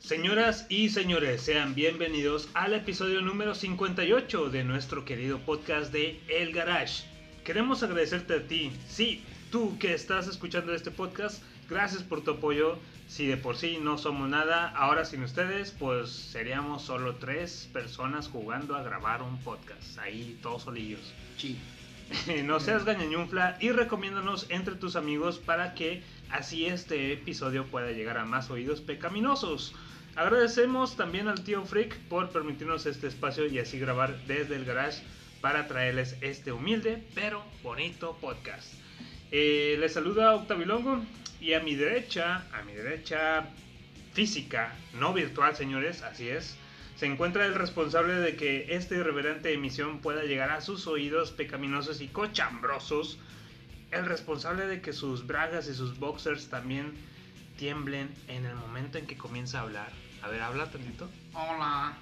Señoras y señores, sean bienvenidos al episodio número 58 de nuestro querido podcast de El Garage. Queremos agradecerte a ti, sí, tú que estás escuchando este podcast, gracias por tu apoyo. Si de por sí no somos nada, ahora sin ustedes, pues seríamos solo tres personas jugando a grabar un podcast, ahí todos solillos. Sí. no seas gañañunfla y recomiéndanos entre tus amigos para que así este episodio pueda llegar a más oídos pecaminosos. Agradecemos también al tío Freak por permitirnos este espacio y así grabar desde el garage para traerles este humilde pero bonito podcast. Eh, les saluda Octavio Longo y a mi derecha, a mi derecha física, no virtual señores, así es, se encuentra el responsable de que esta irreverente emisión pueda llegar a sus oídos pecaminosos y cochambrosos, el responsable de que sus bragas y sus boxers también tiemblen en el momento en que comienza a hablar. A ver, habla tantito. Hola.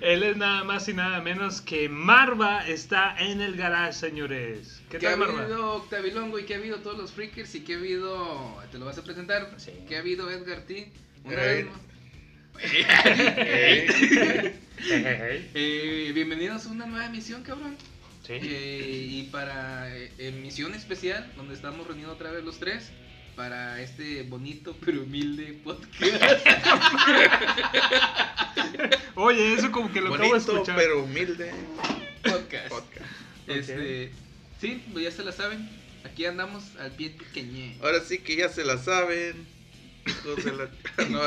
Él es nada más y nada menos que Marva está en el garage, señores. ¿Qué ¿Qué ha tal, Marva? habido Octavilongo y qué ha habido todos los freakers y qué ha habido. Te lo vas a presentar. Sí. ¿Qué ha habido Edgar T? Una Eh. vez más. Hey, hey, Eh, bienvenidos a una nueva emisión, cabrón. hey. Sí. Eh, y para eh, emisión especial, donde estamos reunidos otra vez los tres. Para este bonito pero humilde podcast. Oye, eso como que lo acabo de Bonito, escuchar. pero humilde podcast. podcast. Este, sí, pues ya se la saben. Aquí andamos al pie pequeñé. Ahora sí que ya se la saben. hijos de la- No,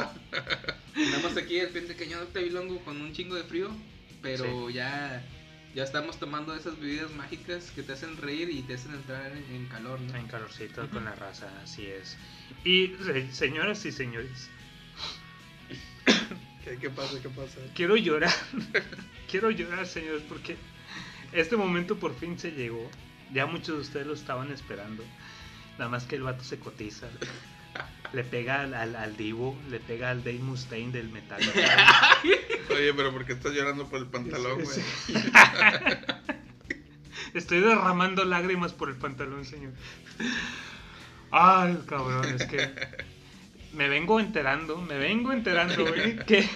Andamos aquí al pie pequeño de Octavilongo con un chingo de frío, pero ya, ya estamos tomando esas bebidas mágicas que te hacen reír y te hacen entrar en, en calor, ¿no? En calorcito con la raza, así es. Y se- señoras y señores, ¿Qué, qué pasa? ¿Qué pasa? quiero llorar. quiero llorar, señores, porque este momento por fin se llegó. Ya muchos de ustedes lo estaban esperando. Nada más que el vato se cotiza. Le pega al, al, al Divo, le pega al Dave Mustaine del metal. Oye, pero ¿por qué estás llorando por el pantalón, güey? Estoy derramando lágrimas por el pantalón, señor. Ay, cabrón, es que me vengo enterando, me vengo enterando, güey, que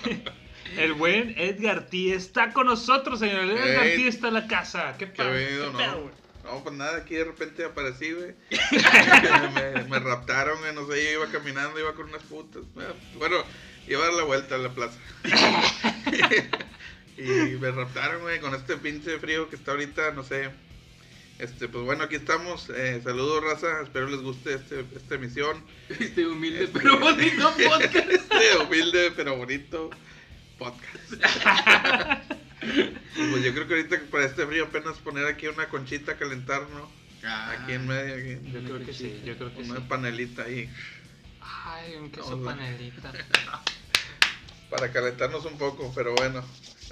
el buen Edgar T está con nosotros, señor. El Edgar Ey. T está en la casa. Qué Qué pedo, venido, qué pedo, no. güey. No, pues nada, aquí de repente aparecí, güey. me, me raptaron, güey, no sé, yo iba caminando, iba con unas putas. Bueno, iba a dar la vuelta a la plaza. y me raptaron, güey, con este pinche frío que está ahorita, no sé. Este, pues bueno, aquí estamos. Eh, saludos, raza. Espero les guste este, esta emisión. Este humilde pero bonito podcast. Este humilde pero bonito podcast. Y pues yo creo que ahorita para este frío apenas poner aquí una conchita a calentar, ¿no? Aquí en medio, aquí, Yo creo que sí, yo creo que sí. una panelita ahí. Ay, un queso No, güey. panelita. Para calentarnos un poco, pero bueno.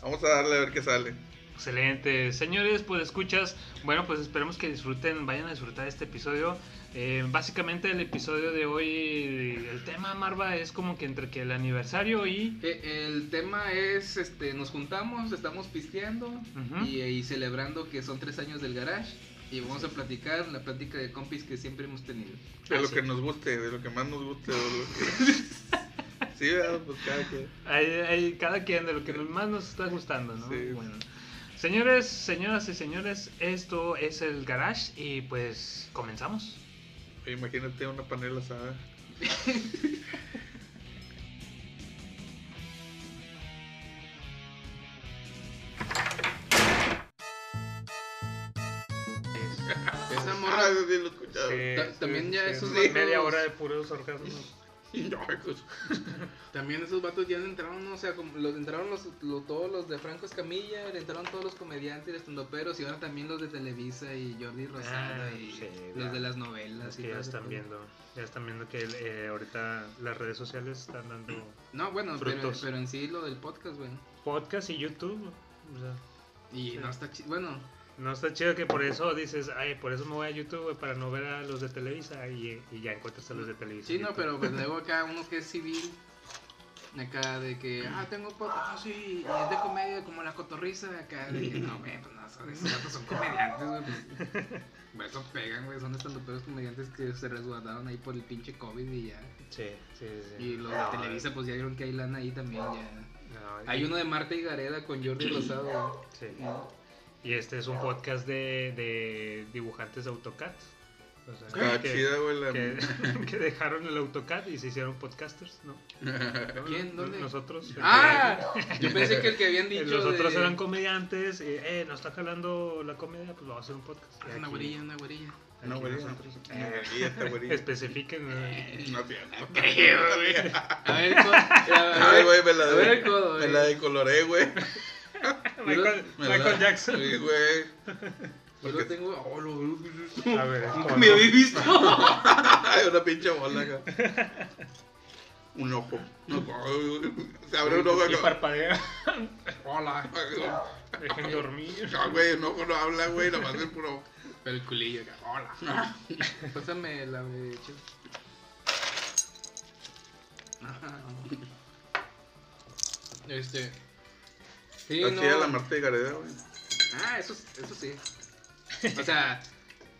Vamos a darle a ver qué sale. Excelente. Señores, pues escuchas. Bueno, pues esperemos que disfruten, vayan a disfrutar este episodio. Eh, básicamente el episodio de hoy, el tema Marva es como que entre que el aniversario y... Eh, El tema es, este, nos juntamos, estamos pisteando Ujú. y, y celebrando que son tres años del garage y vamos a platicar la plática de compis que siempre hemos tenido. De lo Así que es. nos guste, de lo que más nos guste. de lo que- sí, ¿verdad? pues cada quien. Ahí- ahí cada quien de lo que más nos está gustando, ¿no? Sí. Bueno. Señores, señoras y señores, esto es el garage y pues comenzamos. Oye, Imagínate una panela asada. Esa morra Ah, sí, lo he escuchado. Ta- también ya esos es vatos- ah, Este, media hora de puros orgasmos. Y yo, ay, pues, También esos vatos ya le entraron, o sea, como los entraron los, lo- todos los de Franco Escamilla, le entraron todos los comediantes, los estandoperos y ahora también los de Televisa y Jordi Rosada Ah, y sí, los ya. de las Es novelas. y que ya todo ese están pedo. viendo, ya están viendo que eh, ahorita las redes sociales están dando No, bueno, pero, Frutos. pero en sí lo del podcast, bueno. podcast y YouTube. O sea, Y Sí. no está chido. Bueno, no está chido que por eso dices, ay, por eso me voy a YouTube güey, para no ver a los de Televisa y, y ya encuentras a los de Televisa. sí, en no, YouTube. pero pues luego acá uno que es civil, acá de que, ah, tengo podcast, ah, sí, y es de comedia, como la cotorriza, acá de que, no, güey, pues no, son- esos vatos son comediantes, güey. pues, Pues, eso pegan, güey, son estandoperos comediantes que se resguardaron ahí por el pinche COVID y ya. Sí, sí, sí. Y los de No, Televisa, pues ya vieron que hay lana ahí también, ya. no, Hay y- uno de Marta y Gareda con Jordi Rosado. sí. ¿no? Y este es un podcast de, de dibujantes de AutoCAD. O sea, está que- chida, güey. La... que, que dejaron el AutoCAD y se hicieron podcasters, ¿no? ¿Quién? ¿Dónde? Nosotros. ¡Ah! Yo pensé que el que habían Eh, dicho. Los otros de- eran comediantes. y, eh, nos está jalando la comedia, pues vamos a hacer un podcast. Y Ah, Una aquí- güerilla, una güerilla. aquí No, güey. nosotros- Y esta, güey. Especifiquen. eh, No es cierto. A ver, co- a Ay, ver, güey, me la, a de- ver el codo, me güey. la decoloré, güey. Michael, Me Michael la- Jackson. Sí, güey. Yo lo tengo. Oh, lo A ver, Nunca me había visto. Ay, una pinche bola acá. Un ojo. Un ojo. Se abre un ojo Y acá. parpadea. Hola. Dejen dormir. No, güey, un ojo no habla, güey. Nomás el puro. Pero el culillo acá. Ah. Hola. Pásame la de hecho. Este. Sí, Está no. chida la Marta y Gareda, güey. Ah, eso, eso sí. O sea,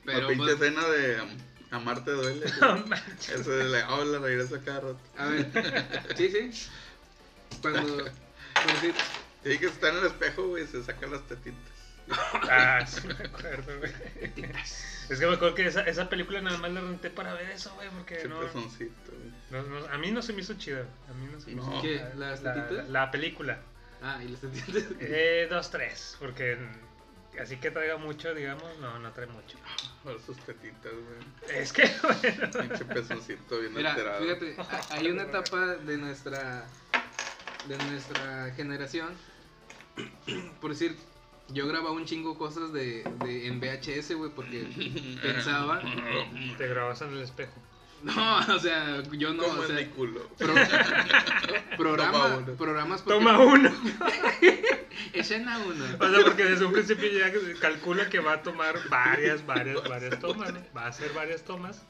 la pero. pinche pues, escena de am- Amarte duele. güey. Ese de la habla, regresa cada rato. a ver. Sí, sí. Cuando. cuando sí, Sí, que está en el espejo, güey, se saca las tetitas. Ah, sí me acuerdo, güey. Es que me acuerdo que esa, esa película nada más la renté para ver eso, güey, porque Ese no, pezoncito, güey. no- no- A mí no se me hizo chida. A mí no se me No. hizo ¿Qué? chida. ¿Las la, tetitas? la película. Ah, y los entiendes. Eh, dos, tres, porque así que traiga mucho, digamos, no, no trae mucho. Por sus tetitas, güey. Es que, bueno, Pinche pezoncito bien Mira, alterado. fíjate, a- hay una etapa de nuestra de nuestra generación. Por decir, yo grababa un chingo cosas de, de- en VHS, güey, porque pensaba. te grabas en el espejo. No, o sea, yo no, Como o en mi sea, culo. pro- programa, Toma uno. programas porque- Toma uno. Escena uno. O sea, porque desde un principio ya calcula que va a tomar varias, varias, varias tomas. ¿no? Va a hacer varias tomas.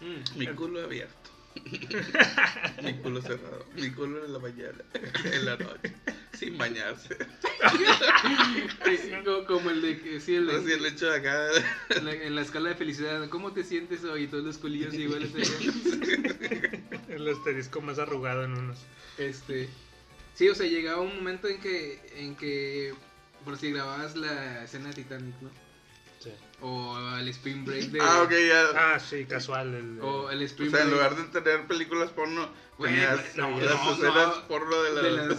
Mm. Mi culo abierto. mi culo cerrado. Mi culo en la mañana. En la noche. Sin bañarse. Eh, co- Como el de que sí, el de- Recién hecho de acá. en la, en la escala de felicidad, ¿cómo te sientes hoy? Todos los culillos iguales. ¿eh? El asterisco más arrugado en unos. Este. Sí, o sea, llegaba un momento en que. en que. Por si grababas la escena de Titanic, ¿no? Sí. O el spring break de. Ah, ok, ya. Ah, sí, casual. El, O el O spring sea, en break lugar de tener películas porno, Güey, tenías no, las no, escenas no. porno de, la- de las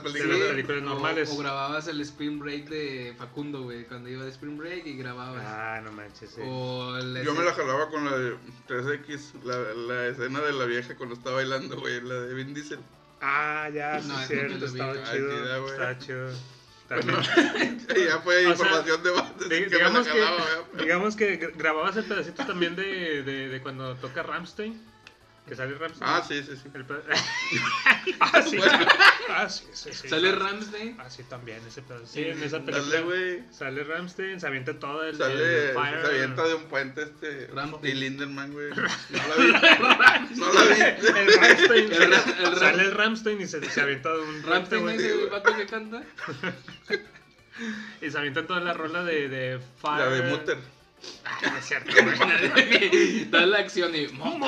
películas. de las películas o- normales. O, grababas el spring break de Facundo, güey, cuando iba de spring break y grababas. Ah, no manches. sí. O la Yo me escena- la jalaba con la de 3X, la, la escena de la vieja cuando está bailando, güey, la de Vin Diesel. Ah, ya, sí, No, es eso no cierto. lo vi, Estaba güey. Ay, sí, da, chido. güey. Estaba chido. También. ya fue O información de más. Di- que me la digamos, que, jalaba, güey. digamos que gra- grababas el pedacito también de, de, de cuando toca Ramstein. Que sale Ramstein. Ah, sí, sí, sí. ah, sí. Bueno. Ah, sí, sí, sí. Sale Ramsey. Ah, sí, también ese pedacito. Sí, en esa Dale, película. güey. sale Ramstein, se avienta todo el. Sale, el fire. se avienta de un puente este. Rambo. De Linderman, güey. No la vi. no la vi. El Rammstein, El ra- el ra- sale el Ramstein y se, se avienta de un Ramstein puente, es el vato que canta. güey, y se avienta toda la rola de, de Fire. La de Mutter. Ah, no es cierto. güey. Da la acción y. ¡Momo!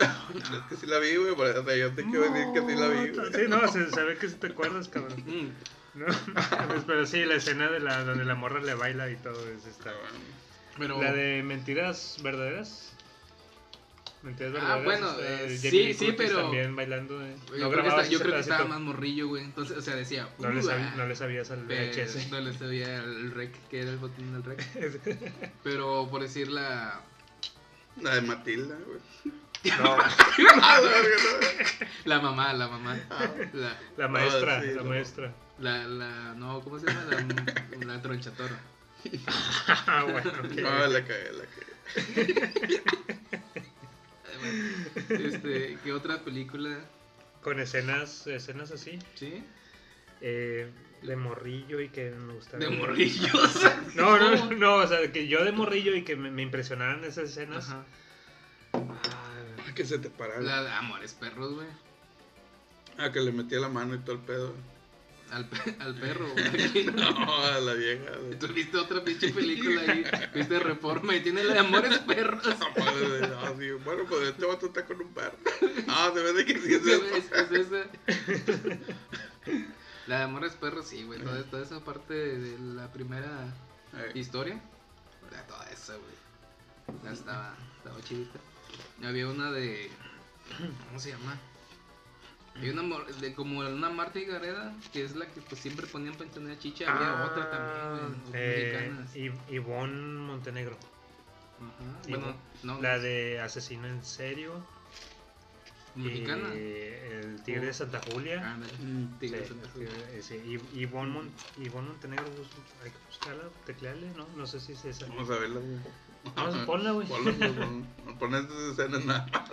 Es que sí la vi, güey. por- O sea, yo te quiero decir que sí la vi, güey. Sí, no, se, se ve que si te acuerdas, cabrón. Mm. No, pues, pero sí, la escena de la, donde la morra le baila y todo es esta. Está bueno. Pero. La de mentiras verdaderas. Mentiras Ah, verdaderas, bueno, o sea, eh, Jamie sí, Lee sí, Curtis pero- También bailando. eh. Yo, No creo que, grababa esta- yo ese creo que estaba pedacito. más morrillo, güey. Entonces, o sea, decía. No le, "Uh, sabía, ah", no le sabías al pero VHS. No le sabía el rec, que era el botón del rec. Pero por decir la. La de Matilda, güey. No, Ah, la verga, La mamá, la mamá. Ah. La, la maestra, Ah, sí, la no. maestra. la, la. No, ¿cómo se llama? La, la tronchatora. Ah, bueno, ok. no. No, la cagué, la cagué. Este, ¿qué otra película? Con escenas, escenas así. ¿Sí? eh, de morrillo y que me gustaba. De morrillos. No, no, no, no, o sea, que yo de morrillo y que me, me impresionaran esas escenas. Ajá. Ah, que se te parara. La de Amores Perros, güey. Ah, que le metía la mano y todo el pedo. Al, pe- al perro, güey. No, a la vieja. güey. Tú viste otra pinche película ahí, viste Reforma y tiene la de Amores Perros. No, madre de- no, sí, Bueno, pues este vato está con un perro. Ah, se ve de que sí es Sí, eso. güey, es- es esa. La de Amores Perros, sí, güey. Toda, toda esa parte de la primera Eh, historia. la- Toda esa, güey. Ya estaba, estaba chidita. Y Había una de. ¿Cómo se llama? Hay una mor- de como una Marta y Gareda, que es la que pues siempre ponían para entender chicha. Ah, Había otra también, güey. Eh, mexicanas. y- Ivonne Montenegro. Ajá, y- Bueno, no, La de Asesino en Serio. mexicana. Oh. Ah, eh, el Tigre de Santa Julia. Ándale. mm, Sí, Tigre de Santa Cruz. eh, sí, y- Ivonne, Mon- Ivonne Montenegro, pues, hay que buscarla, teclearle, ¿no? No sé si es esa. Vamos a verla. güey. Vamos, ponla, güey. Ponla, güey, pon- pon- Pon estas escenas nada más.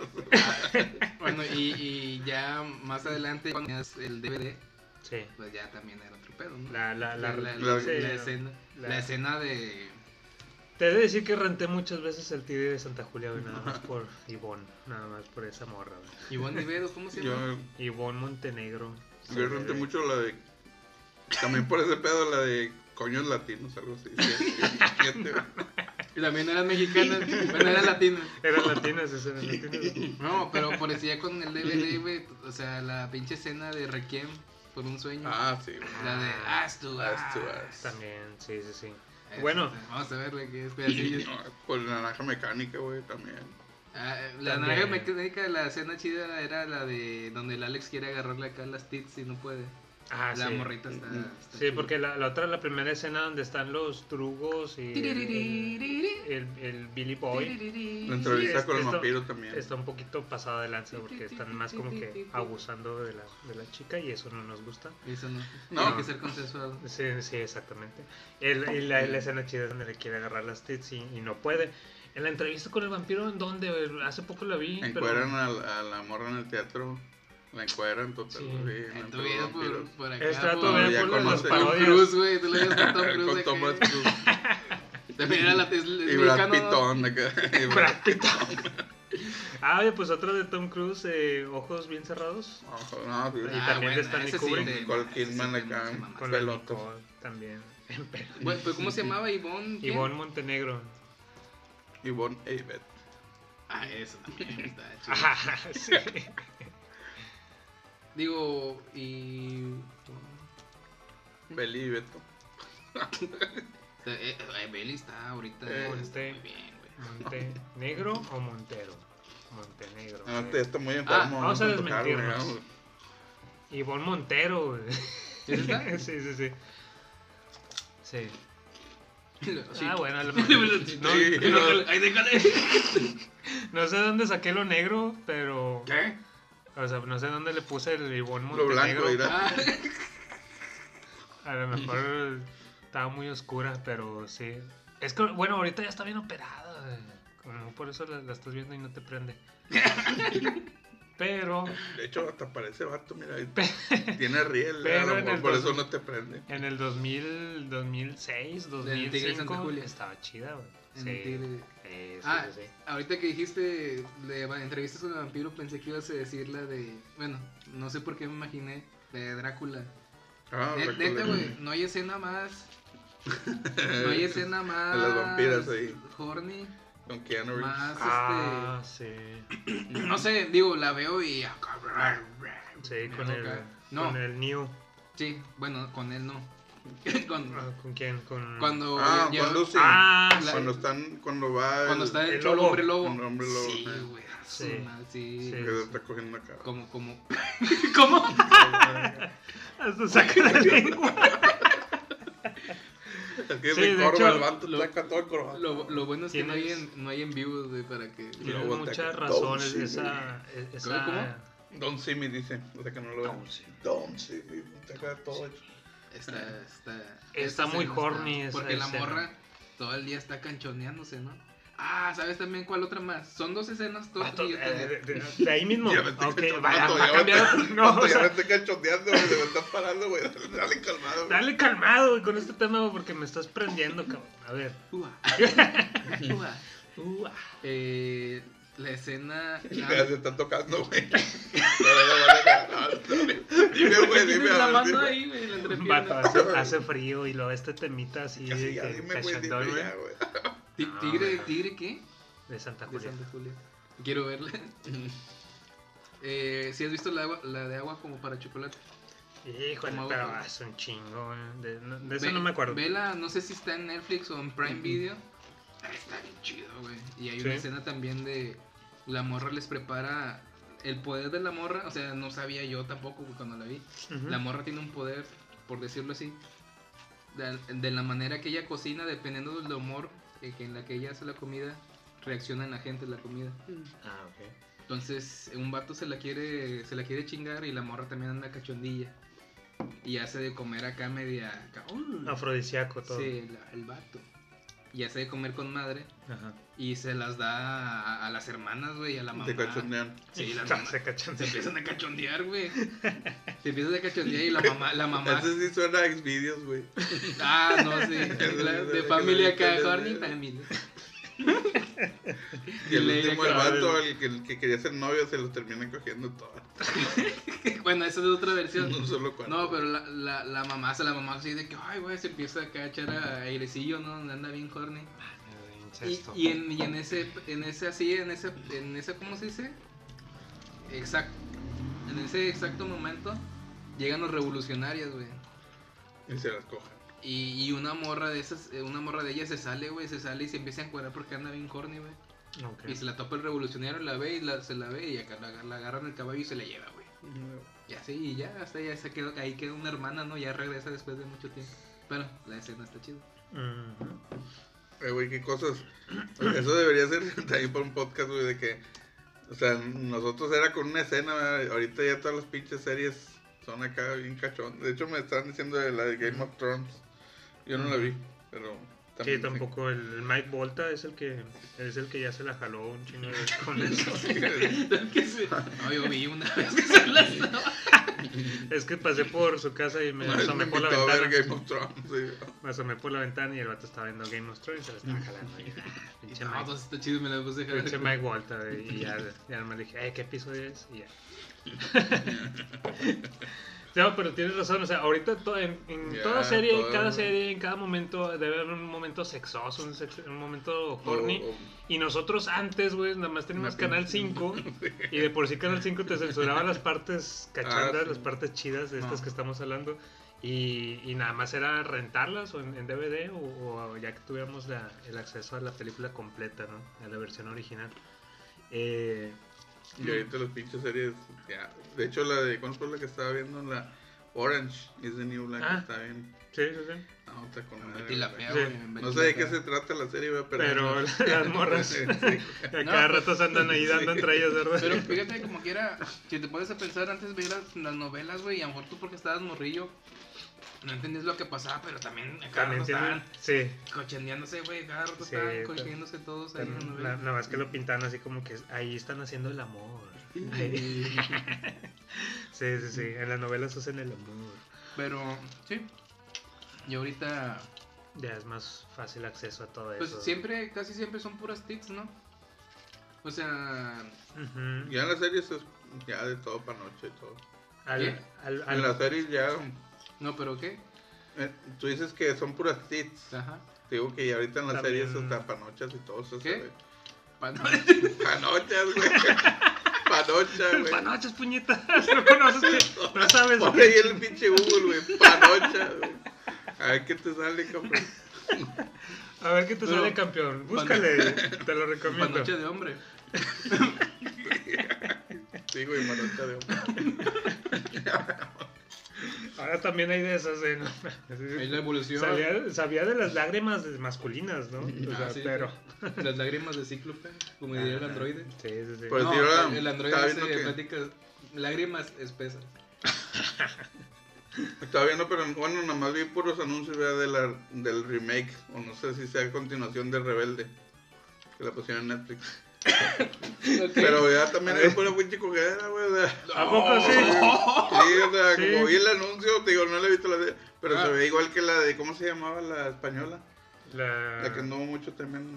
Bueno, y, y ya más adelante cuando tenías el DVD, Sí. pues ya también era otro pedo, ¿no? La, la, la, la- la- sí, la escena. la- La escena de. Te he de decir que renté muchas veces el Tigre de Santa Julia, güey, nada más por Ivonne, nada más por esa morra, güey. Ivonne Nivedo, ¿cómo se Yo, llama? Ivonne Montenegro. yo renté mucho la de. También por ese pedo la de coños latinos, algo así. sí, sí, siete, güey. Y también era mexicana, bueno, era latina. Eran latinas, esas eran latinas. güey. No, pero por eso ya con el DVD, güey, o sea, la pinche escena de Requiem por un sueño. Ah, sí, güey. La de As to As Us. to Us. También, sí, sí, sí. Esa, Bueno. Vamos a verle qué es pedacillos. No, pues naranja mecánica, güey, también. Ah, la naranja También. mecánica de la escena chida era la de donde el Alex quiere agarrarle acá las tits y no puede. Ah, la sí. morrita está. está Sí, chida. porque la, la otra, la primera escena donde están los trugos y el, Tiririririri, el- el Billy Boy tiririririri. La entrevista es- con el esto- vampiro también. está un poquito pasada de lanza porque están más como que abusando de la, de la chica y eso no nos gusta. Eso no. No. Tiene que ser consensuado. Sí, sí, exactamente. El, y la, la escena chida es donde le quiere agarrar las tits y, y no puede. En la entrevista con el vampiro, ¿en dónde? Hace poco la vi. pero- Encueran a, la- a la morra en el teatro. La encueran total. Sí. güey, la En tu encueran vida por, vampiros. por acá. Está por- todavía ya por las- las conoce. Tom parodias. Cruise, güey. Tú le dices a Tom Cruise. Con de Tom que- Cruise También era la es y Brad mexicano. Pitón. acá, y Brad- Brad Pitt. ah, oye, pues otra de Tom Cruise, eh, ojos bien cerrados. Ojo, No, sí. Y también de Stanley Ah, ese sí Kubrick. te- Nicole ese sí Kidman te acá. mamá. Con la Pelotas. Nicole también. Bueno, pues, ¿Cómo se llamaba Ivonne? ¿Quién? Ivonne Montenegro. Yvonne Abed. Ah, eso también está chido. Ajá, sí. Digo, y. Beli y Beto. Eh, eh, Beli está ahorita. Eh, este. Muy bien, güey. ¿Montenegro o Montero? Montenegro. No, eh. este está muy enfermo. Ah, vamos a no tocarlo, desmentirnos. digamos. Ivonne Montero. güey. ¿Esa? sí, sí, sí. Sí. Sí. Ah, bueno, a lo mejor- no, Sí, no. Ahí déjale. no sé dónde saqué lo negro, pero. ¿Qué? O sea, no sé dónde le puse el Ivonne Lo Montenegro. blanco, dirá. Ah, A lo mejor estaba muy oscura, pero sí. Es que, bueno, ahorita ya está bien operada. güey. Como Por eso la, la estás viendo y no te prende. pero De hecho, hasta parece vato, mira. ahí Tiene riel. Pero a lo en mejor el por dos- eso no te prende. en el 2000, 2006, Del Tigre de Santa 2005 Julia. estaba chida, güey. En Sí. el tigre. Eh, sí, Ah, sí, sí. ahorita que dijiste de va- entrevistas con el vampiro, pensé que ibas a decir la de. Bueno, no sé por qué me imaginé. De Drácula. Ah, Ne- recuerdo. Neta, este, güey, no hay escena más. No Eh, hay escena más. las vampiras ahí. Horny. Con Keanu Más Reeves. Ah, sí. este. No sé, digo, la veo y. ah, cabrón. Sí, con Me el, toca. No. con el New. Sí, bueno, con él no. Cuando, Ah, ¿Con quién? Con... cuando Ah, ya- cuando sí. Ah, La- cuando están, cuando va. cuando el- está el el, lobo. hombre lobo. El hombre lobo, Sí, ajá. güey. ah, su Sí. madre, sí. Sí. que se está cogiendo la cara. Como, como. ¿Cómo? Hasta saca la lengua. Es que Sí, se de corva, hecho, el vato lo- saca todo el corva. Lo, lo bueno es que no hay Tienes- en, no hay en vivo, güey, para que. Tienes Luego te- muchas Don razones Simi. esa... esa... Ah, ¿Cómo? Don Simi dice, o sea que no lo veo. Don Simi. Don Simi, te queda todo hecho. Está, está, Está muy escena horny esa Porque la escena. morra todo el día está canchoneándose, ¿no? Ah, ¿sabes también cuál otra más? Son dos escenas todas. Vato, que yo tengo. eh, de, de ahí mismo. Ya me estoy Ok, cachondeando, vaya, va ya a me cambiar. estoy- No, vato, o ya sea, me estoy cachondeando, güey, se me están parando, güey. Dale calmado, güey. dale calmado güey, con este tema güey, porque me estás prendiendo, cabrón. A ver. Ua. Ua. Eh, la escena. Y la- le se está tocando, güey. Dime, ¿Por qué güey, dime. tienes la a ver, mano dime. ahí, güey, en la Vato, entrepierna? hace, hace frío y luego este temita así Ya, de ya, que dime, güey, cachondón, dime güey, ya, güey. Ti- No, Tigre, güey. tigre, ¿qué? de Santa De Julia. Santa Julia. Quiero verla. eh, ¿Sí has visto la, agua- la de agua como para chocolate? Híjole, Como- pero es un chingo. güey, De, no- de eso Ve- no me acuerdo. Vela, no sé si está en Netflix o en Prime Ujú. Video. Ah, Está bien chido, güey. Y hay una Sí. escena también de la morra les prepara el poder de la morra. O sea, no sabía yo tampoco güey, cuando la vi. Ujú. La morra tiene un poder, por decirlo así, de, de la manera que ella cocina, dependiendo del humor eh, que en la que ella hace la comida, reacciona en la gente la comida. Ah, ok. Entonces, un vato se la quiere se la quiere chingar y la morra también anda cachondilla. Y hace de comer acá media... acá, "Uh". Afrodisíaco Ah, todo. Sí, la- el vato. Y hace de comer con madre Ajá. y se las da a, a las hermanas, güey, y a la mamá. Te cachondean. Sí, las mamás. Se cachondean. Se empiezan a cachondear, güey. Se empiezan a cachondear y la mamá, la mamá. Ese sí suena a Xvideos, güey. Ah, no, sí. La- de familia acá, Horny Family. Y el Le- último, el claro, vato, el que, el que quería ser novio, se los termina cogiendo todo. Bueno, esa es otra En versión. un solo cuarto. No, pero la, la, la mamá, se la mamá así de que, ay, güey, se empieza acá a echar a airecillo, ¿no? Anda bien horny. Y, Incesto. y en, y en ese, en ese así, en ese, en ese, ¿cómo se dice? Exacto. En ese exacto momento llegan los revolucionarios, güey. Y se las cogen. Y, y una morra de esas, eh, una morra de ellas se sale, güey, se sale y se empieza a encuadrar porque anda bien corny, güey. Ok. Y se la topa el revolucionario, la ve y la, se la ve y acá la, la agarran el caballo y se la lleva, güey. Y así, y ya, hasta ya se quedó, ahí queda una hermana, ¿no? Ya regresa después de mucho tiempo. Bueno, la escena está chida. Ujú. Eh, güey, qué cosas. Eso debería ser también para un podcast, güey, de que. O sea, nosotros era con una escena, ¿verdad? ahorita ya todas las pinches series son acá bien cachón. De hecho, me están diciendo de la de Game of Thrones. Yo no la vi, pero. Sí, también tampoco. El, el Mike Volta es el que es el que ya se la jaló un chingo de veces con eso. No, yo vi una vez que se la estaba- Es que pasé por su casa y me Una vez me asomé por la invitó a ver ventana. Game of Thrones. sí. Me asomé por la ventana y el vato estaba viendo Game of Thrones y se la estaba jalando. Y, ah, pinche No, Mike. pues está chido, me la puse a dejar. Pinche Mike Volta. güey, Y ya, ya me dije, "Ey, ¿qué episodio es? Y ya. No, pero tienes razón, o sea, ahorita to- en, en Ya, toda serie, en todo. cada serie, en cada momento, debe haber un momento sexoso, un, sex- un momento O- horny. o- Y nosotros antes, güey, nada más teníamos Una Canal 5 y de por sí Canal 5 te censuraba las partes cachandas, Ah, sí. las partes chidas de estas Ah. que estamos hablando. Y, y nada más era rentarlas o en, en DVD o, o ya que tuviéramos la- el acceso a la película completa, ¿no? A la versión original. Eh, Y ahorita las pinches series. Ya. De hecho, la de. ¿Cuál fue la que estaba viendo? La Orange is the New Black. Ah. Está bien. sí, sí, sí. No, está con madre, Betty la güey. fea, Sí. güey. Betty No la sé de qué fea. se trata la serie, güey, pero. Pero las morras Sí, a sí. cada No, rato se andan ahí dando entre ellas, ¿verdad? Pero fíjate, como quiera, si te pones a pensar, antes veías las, las novelas, güey, y a lo mejor tú porque estabas morrillo, no entendías lo que pasaba, pero también acá También rato tienen, estaban sí, cochendeándose, güey, cada rato Sí, estaban ta- cogiéndose todos ahí en la la- novela. nada más que lo pintan así como que ahí están haciendo el amor. Sí, sí, sí. En las novelas hacen el amor. Pero, sí, y ahorita, Ya es más fácil acceso a todo pues eso. siempre, casi siempre son puras tics, ¿no? O sea, Ujú. Ya en las series es ya de todo para noche y todo. Al, ¿Qué? al, al- En las series ya. no, pero ¿qué? eh, tú dices que son puras tits. Ajá. Te digo que ya ahorita en las También- series hasta panochas y todo eso. ¿Qué? se ve. Pa- Panochas, güey. Panochas, güey. Panochas, puñetas. No conoces que. No sabes. Pon ahí el pinche Google, güey. Panochas, güey. A ver qué te sale, cabrón. A ver qué te Pero- sale, campeón. Búscale, te lo recomiendo. Panocha de hombre. Sí, güey, manocha de hombre. Ahora también hay de esas, ¿eh? ¿no? Es la evolución. Sabía, sabía de las lágrimas masculinas, ¿no? O sea, Ah, sí, pero. Las lágrimas de Cíclope, como diría el androide. Sí, sí, sí. Pues no, sí, ahora el androide estaba dice, viendo que- platica lágrimas espesas. Estaba viendo, pero bueno, nada más vi puros anuncios ¿verdad? de la, del remake. O no sé si sea a continuación de Rebelde. Que la pusieron en Netflix. Ok. Pero ya también era pura pinche cogedera, güey. o sea, ¿A poco sí? oh. Sí, o sea, Sí. como vi el anuncio, te digo, no le he visto la de. Pero Ah. se ve igual que la de. ¿Cómo se llamaba la española? La. La que anduvo mucho también.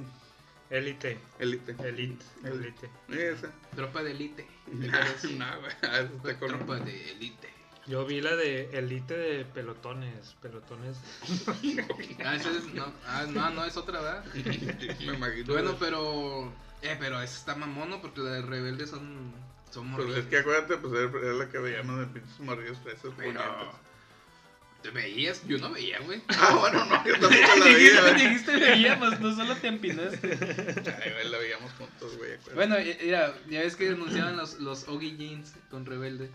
Elite. Elite. Elite. Elite. Sí, esa. Tropa de elite. ¿Te acuerdas? No, güey. esa está con- Tropa de elite. Yo vi la de Elite de pelotones. Pelotones. Ah, esa es, no, ah, no, no, es otra, ¿verdad? Me imagino. Bueno, güey. pero. Eh, pero esa está mamono porque las de rebeldes son. Son Pues es morrillas. que acuérdate, pues era era la que veíamos de pinches morrillos fresas. Pero. puñetas. ¿Te veías? Yo no veía, güey. Ah, bueno, no, yo tampoco la veía. Dijiste pues, veíamos, no solo te empinaste. Ay, güey, la veíamos juntos, güey, acuérdate. Bueno, eh, mira, ya ves que anunciaban los, los Oggy Jeans con rebelde.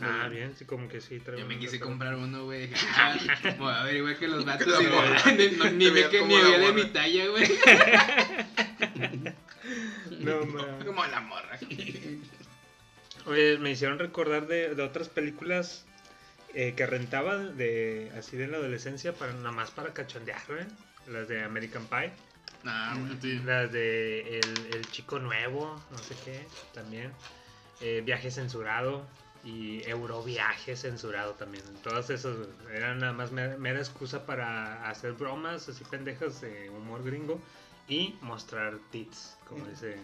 Ah, bien, sí, como que sí. trae Yo me una quise otra. comprar uno, güey. Dije, "Ah, Voy a ver, igual que los vatos. la y no- morra. ni- no- ni me Te veas que ni como la había de morra. mi talla, güey. No, mames. Como la morra. Oye, me hicieron recordar de, de otras películas eh, que rentaba de así de la adolescencia para nada más para cachondear, ¿eh? Las de American Pie, No, güey, Ah, sí. las de El, El Chico Nuevo, no sé qué, también. eh, viaje Censurado y Euroviaje Censurado también. Todas esas eran nada más me- mera excusa para hacer bromas así pendejas de humor gringo y mostrar tits, como dice.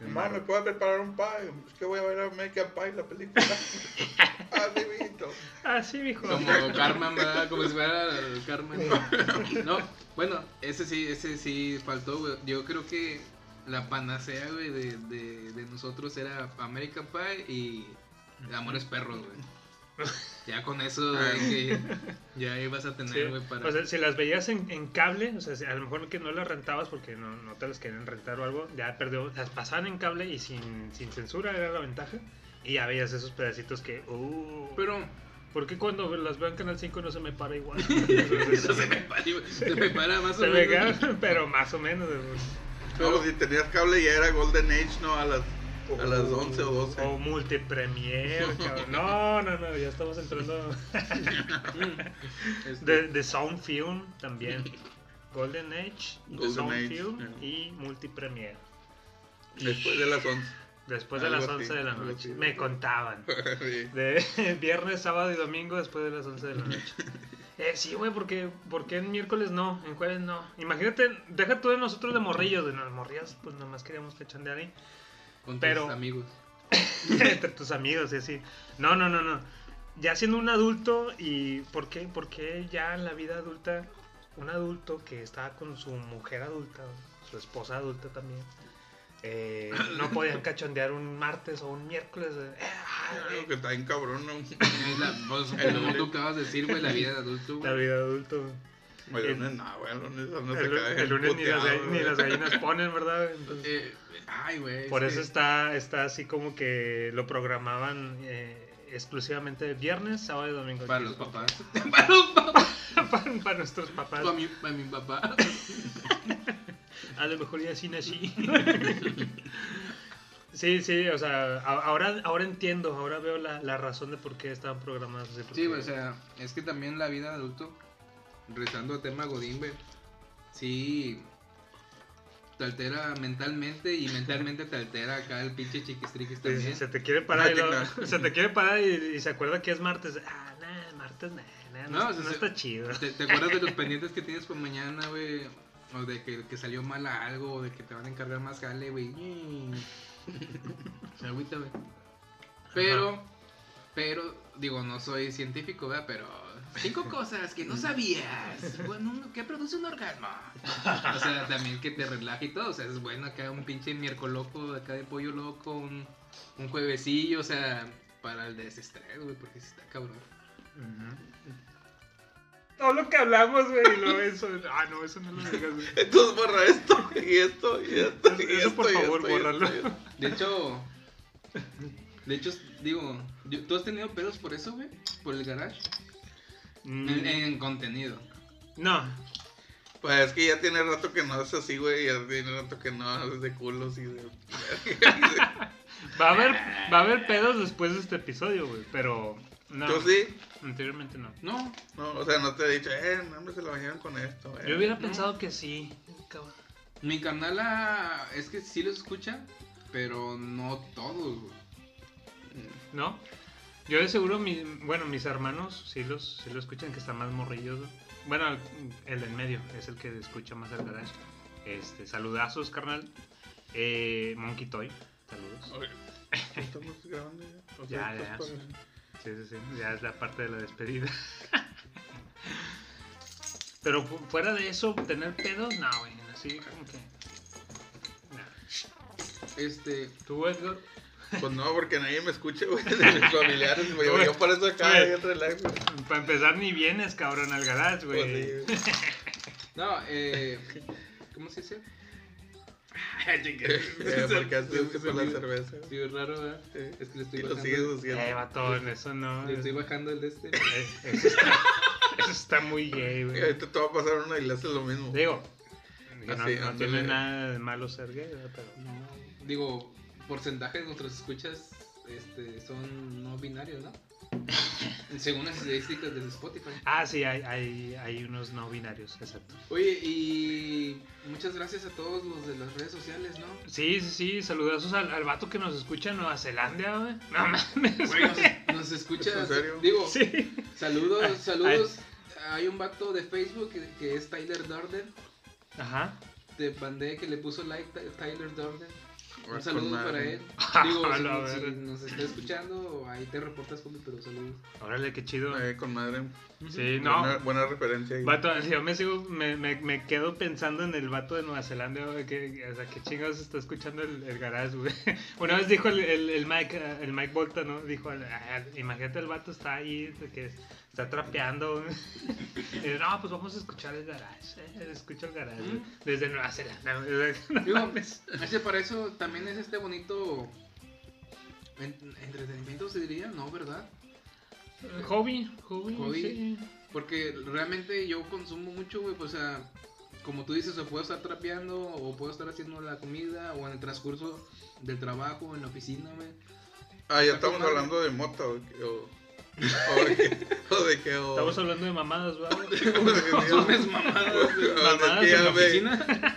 el Mamá, ¿me Marro. puedo preparar un pie? Es que voy a ver American Pie, la película. ah, divino. Ah, sí, mijo. Como Carmen, ¿verdad? Como si fuera Carmen. No, bueno, ese sí, ese sí faltó, güey. Yo creo que la panacea, güey, de, de, de nosotros era American Pie y Amores Perros, güey. Ya con eso, güey, que ya ibas a Sí, Pues tener, güey, para... O sea, si las veías en, en cable, o sea, si- a lo mejor que no las rentabas porque no, no te las querían rentar o algo, ya perdió, las pasaban en cable y sin, sin censura era la ventaja. Y ya veías esos pedacitos que, uh, Pero ¿por qué cuando las veo en Canal 5 no se me para igual? eso se me para, güey. se me para más o Pues Se me menos. cae, pero más o menos. Pero si tenías cable ya era Golden Age, ¿no? A las, a las 11 o 12. O multipremier, cabrón. No, no, no, ya estamos entrando. Este, De, de Sound Film también. Golden Age, de Golden Sound Age, Film ajá. y multipremier. Después de las 11. Después de Algo las así, 11 de la algo noche. así. Me contaban. Sí. De viernes, sábado y domingo después de las 11 de la noche. Eh, sí, güey, porque, porque en miércoles no, en jueves no. Imagínate, deja tú de nosotros de morrillos, de los morrillos, pues nomás queríamos cachondear ahí. con tus pero- amigos. Entre tus amigos y así. No, no, no, no. Ya siendo un adulto y ¿por qué? Porque ya en la vida adulta, un adulto que estaba con su mujer adulta, su esposa adulta también, eh, no podían cachondear un martes o un miércoles. eh, ah, Algo que está bien cabrón, ¿no? Es la, pues, como tú acabas de decir, güey, la vida de adulto, güey. La vida de adulto. El El- lunes, no, güey, el lunes no se El, lu- cae. el lunes ni las, puteado, ga- ni güey. las gallinas ponen, ¿verdad? Entonces, Eh, ay, güey. por es eso que- está, está así como que lo programaban eh, exclusivamente de viernes, sábado y domingo. Para Sí, los como- papás. Para los papás. para, para nuestros papás. Para mi, para mi papá. A lo mejor ya sin así. sí, sí, o sea, a- ahora, ahora entiendo, ahora veo la, la razón de por qué estaban programados. así, Sí, porque- güey, o sea, es que también la vida de adulto, rezando el tema Godín, güey, sí te altera mentalmente y mentalmente te altera acá el pinche Sí, chiquistriquis sí, también. Ah, se te quiere parar, y No, luego- no. se, te quiere parar y, y se acuerda que es martes. Ah, nah, martes, nah, nah, no, No, o sea, no se- está chido. ¿Te, te acuerdas de los pendientes que tienes por mañana, güey? O de que, que salió mal a algo, o de que te van a encargar más jale, güey. Mm. Se agüita, güey. Pero, pero, digo, no soy científico, ¿verdad? Pero cinco cosas que no sabías. Bueno, uno- ¿qué produce un orgasmo? O sea, también que te relaje y todo. O sea, es bueno acá un pinche miércoles loco, acá de pollo loco, un, un juevesillo, o sea, para el desestrés, güey, porque si está cabrón. Ujú. todo lo que hablamos, güey, y luego eso. Ah, no, eso no lo digas, Eh, güey. Entonces borra esto y esto y esto. Y Eso, esto, por y favor, esto, y esto, bórralo. y esto. De hecho, de hecho, digo, yo- ¿tú has tenido pedos por eso, güey? ¿Por el garage? En, Mm, en contenido. No, Pues es que ya tiene rato que no es así, güey. Ya tiene rato que no es de culos y de. va a haber, va a haber pedos después de este episodio, güey, pero no. Yo sí. Anteriormente no. No, No, o sea, no te he dicho, eh, no, hombre, se lo bañaron con esto. eh. Yo hubiera pensado que sí. mi carnal ah, es que sí los escucha, pero no todos, güey. ¿No? Yo de seguro, mi, bueno, mis hermanos sí los, sí lo escuchan, que están más morrillos. güey. Bueno, el de en medio es el que escucha más el garage. Este, saludazos, carnal. Eh, Monkey Toy, saludos. Estamos grabando ya. eh. O Ya, esto ya. es para- Sí, sí, sí, ya es la parte de la despedida. Pero fu- fuera de eso, tener pedos, no, güey, así como que... no. Este, ¿Tú, Edgar? Pues no, porque nadie me escucha, güey, de mis familiares, güey. Yo por eso acá, Güey. bien relax, güey. Para empezar, ni vienes, cabrón, al garage, güey. Pues sí, güey. no, eh, ¿cómo se dice? Eh, Porque antes que por la Sí, cerveza. güey. es raro, ¿verdad? Sí. Es que le estoy Y lo sigues bajando. Eh, haciendo. batón, eso no. Le estoy bajando el de este. Eh, Eso está, eso está muy gay, Y güey. ahorita te va a pasar una y le haces lo mismo. Digo, que no, Así, no ándale. tiene nada de malo ser gay, ¿verdad? pero Digo, porcentaje de nuestros escuchas este, son no binarios, ¿no? Según las estadísticas de Spotify. Ah, sí, hay, hay, hay unos no binarios, exacto. Oye, y muchas gracias a todos los de las redes sociales, ¿no? Sí, sí, sí, saludazos al, al vato que nos escucha en Nueva Zelanda, güey. No mames. Güey, nos, nos escuchas. ¿Es en serio? Digo, Sí. saludos, saludos. Hay un vato de Facebook que, que es Tyler Durden. Ajá. Te mandé que le puso like Ty- Tyler Durden. Ah, Un saludo con madre. para él. A Digo, si, la si verga. nos está escuchando, ahí te reportas conmigo, pero saludos. Órale, qué chido. Eh, con madre. Sí, Buena, no. buena referencia ahí. Vato, yo me sigo, me, me, me quedo pensando en el vato de Nueva Zelanda, güey, que, o sea, qué chingados está escuchando el, el garage, güey. Una vez dijo el, el, el Mike, eh, el Mike Volta, ¿no? Dijo, "Ah, imagínate el vato está ahí, de que está trapeando, güey. Y, no, pues vamos a escuchar el garage, eh, escucho el garage, güey, desde Nueva Zelanda, güey. No Digo, mames. ese para eso también es este bonito en- entretenimiento, se diría, ¿no? ¿Verdad? Hobby, hobby, Hobby. sí. Porque realmente yo consumo mucho, güey, pues, o sea, como tú dices, o puedo estar trapeando, o puedo estar haciendo la comida, o en el transcurso del trabajo, en la oficina, güey. Ah, ya Está con estamos madre. hablando de mota, o, o, o de que, o de que, o, Estamos hablando de mamadas, güey. o de que digo, Unas mamadas o de que mamadas en ya la ve- oficina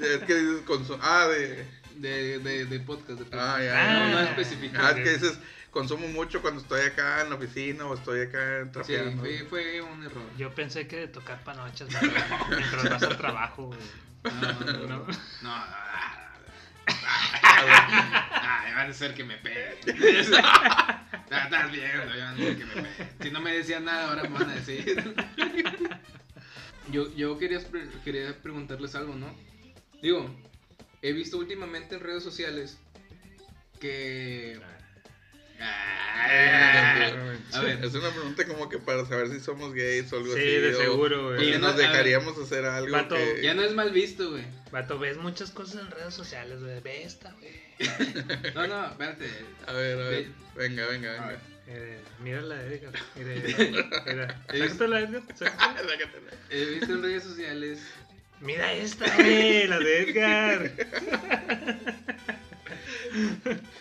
Es que dices consumo, ah, de, de, de, de podcast. De podcast. ah, Ah. ya, no, no ya. especificado. Ah, es que dices, consumo mucho cuando estoy acá en la oficina, o estoy acá Sí, trapeando. fue, fue un error. Yo pensé que de tocar panochas, güey, mientras vas al trabajo, güey. No, no, ¿no? no. no. Ay, van a ser que me peguen. Ya Estás viendo, ya van a ser que me peguen. Si no me decían nada, ahora me van a decir. Yo, yo quería, pre- quería preguntarles algo, ¿no? Digo, he visto últimamente en redes sociales que. Ah, A ver. Es una pregunta como que para saber si somos gays o algo Sí, así. de o- seguro, o güey. si Ya no- nos a ver. dejaríamos hacer algo Vato, que... Ya no es mal visto, güey. Vato, ves muchas cosas en redes sociales, güey. Ve esta, güey. No, no, espérate. A ver, a ver. Ve. Venga, venga, A venga. ver. Eh, mira la de Edgar. Mira, mira. Es- Sácate la de Edgar. pues, sácate. Sácatela. He visto en redes sociales Mira esta, güey. La de Edgar.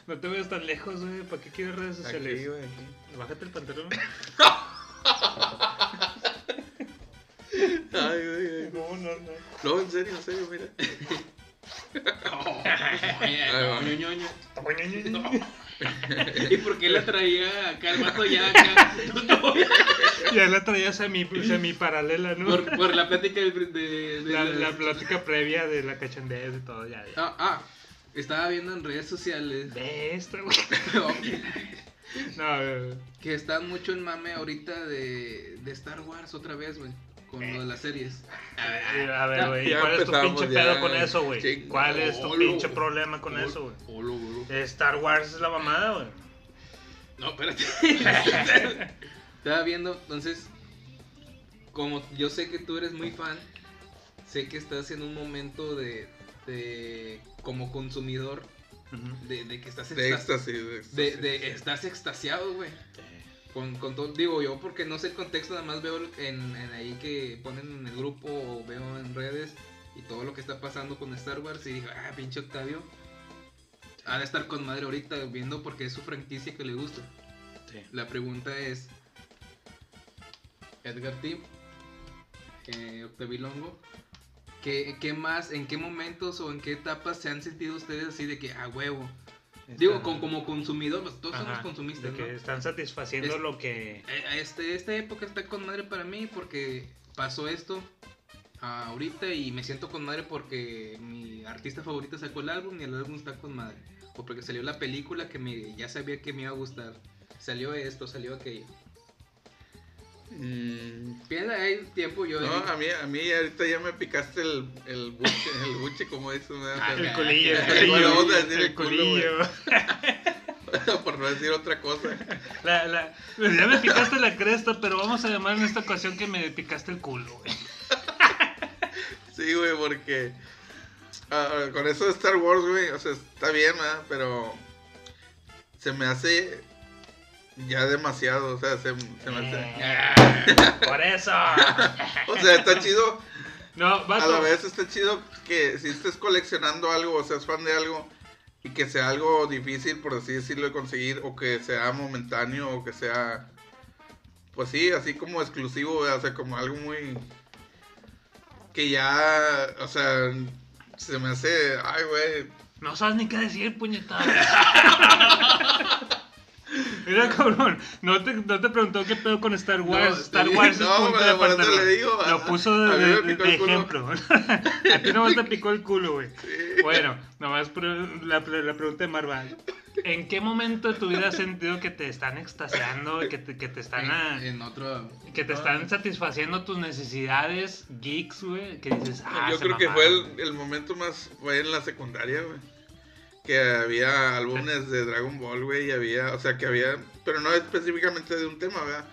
No te veas tan lejos, güey. ¿Para qué quieres redes sociales? Aquí, güey, aquí. Bájate el pantalón. Ay, güey, güey. No, no, no. No, en serio, en serio, mira. Oh, va. Ñoñoño. ¿Y por qué la traía acá el vato ya acá? Ya la traías a mi, a mi paralela, ¿no? Por, por la plática de... de- de- La, de- la plática previa de la cachandez y todo, ya. ya. Ah, ah, estaba viendo en redes sociales Ve esta, güey. No, güey. que está mucho en mame ahorita de, de Star Wars otra vez, güey. Con Eh. lo de las series. A ver, güey, Ya ¿cuál es tu empezamos, pinche ya. pedo con eso, güey? Chingo. ¿Cuál es tu Olo. pinche problema con eso, güey? Olo, olo. Star Wars es la mamada, güey. No, espérate. Estaba viendo, entonces, como yo sé que tú eres muy fan, sé que estás en un momento de, de como consumidor, Ujú. de, de que estás De extas- éxtasis, de éxtasis. de, de- estás extasiado, güey. Con, con todo, digo yo, porque no sé el contexto, nada más veo en, en ahí que ponen en el grupo o veo en redes y todo lo que está pasando con Star Wars y digo, ah, pinche Octavio, ha de estar con madre ahorita viendo porque es su franquicia que le gusta. Sí. La pregunta es, Edgar Tim, eh, Octavio Longo, ¿qué, ¿qué más, en qué momentos o en qué etapas se han sentido ustedes así de que, a huevo? Digo, Están- con- como consumidor, pues todos Este, Ajá, somos de consumistas, que ¿no? están satisfaciendo Es- lo que... Eh, Este, esta época está con madre para mí porque pasó esto ah, ahorita y me siento con madre porque mi artista favorita sacó el álbum y el álbum está con madre. O porque salió la película que me, ya sabía que me iba a gustar. Salió esto, salió aquello. Mm, Piensa, hay tiempo yo... No, a mí, a mí ahorita ya me picaste el, el buche, el buche, como dicen. Ah, El ya, culillo, ya, el ya, culillo, ya, vamos a decir el el culo, culillo. Por no decir otra cosa. La- la- ya me picaste la cresta, pero vamos a llamar en esta ocasión que me picaste el culo, güey. Sí, güey, porque ah, con eso de Star Wars, güey, o sea, está bien, ¿verdad? Pero se me hace ya demasiado, o sea, se, se me hace... Eh, Por eso. O sea, está chido, No, a la vato. vez está chido que si estés coleccionando algo o seas fan de algo y que sea algo difícil, por así decirlo, de conseguir, o que sea momentáneo, o que sea, pues sí, así como exclusivo, ¿verdad? o sea, como algo muy... que ya, o sea, se me hace, ay, güey, No sabes ni qué decir, puñetado. Mira, cabrón, no te, no te preguntó qué pedo con Star Wars. No, Star sí, Wars es no, punto pero de por eso pantalón. le digo, a- Lo puso a de, mí me de- picó de el culo. ejemplo. a ti nomás te picó el culo, güey. Bueno, nomás pre- la, la pregunta de Marva. ¿En qué momento de tu vida has sentido que te están extasiando, que te, que te están... a- En, en otro... que te están satisfaciendo tus necesidades geeks, güey, que dices, ah, Yo se creo que fue mamaron". el, el momento más. Fue en la secundaria, güey. Que había álbumes de Dragon Ball, güey. Y había. O sea, que había. Pero no específicamente de un tema, ¿verdad?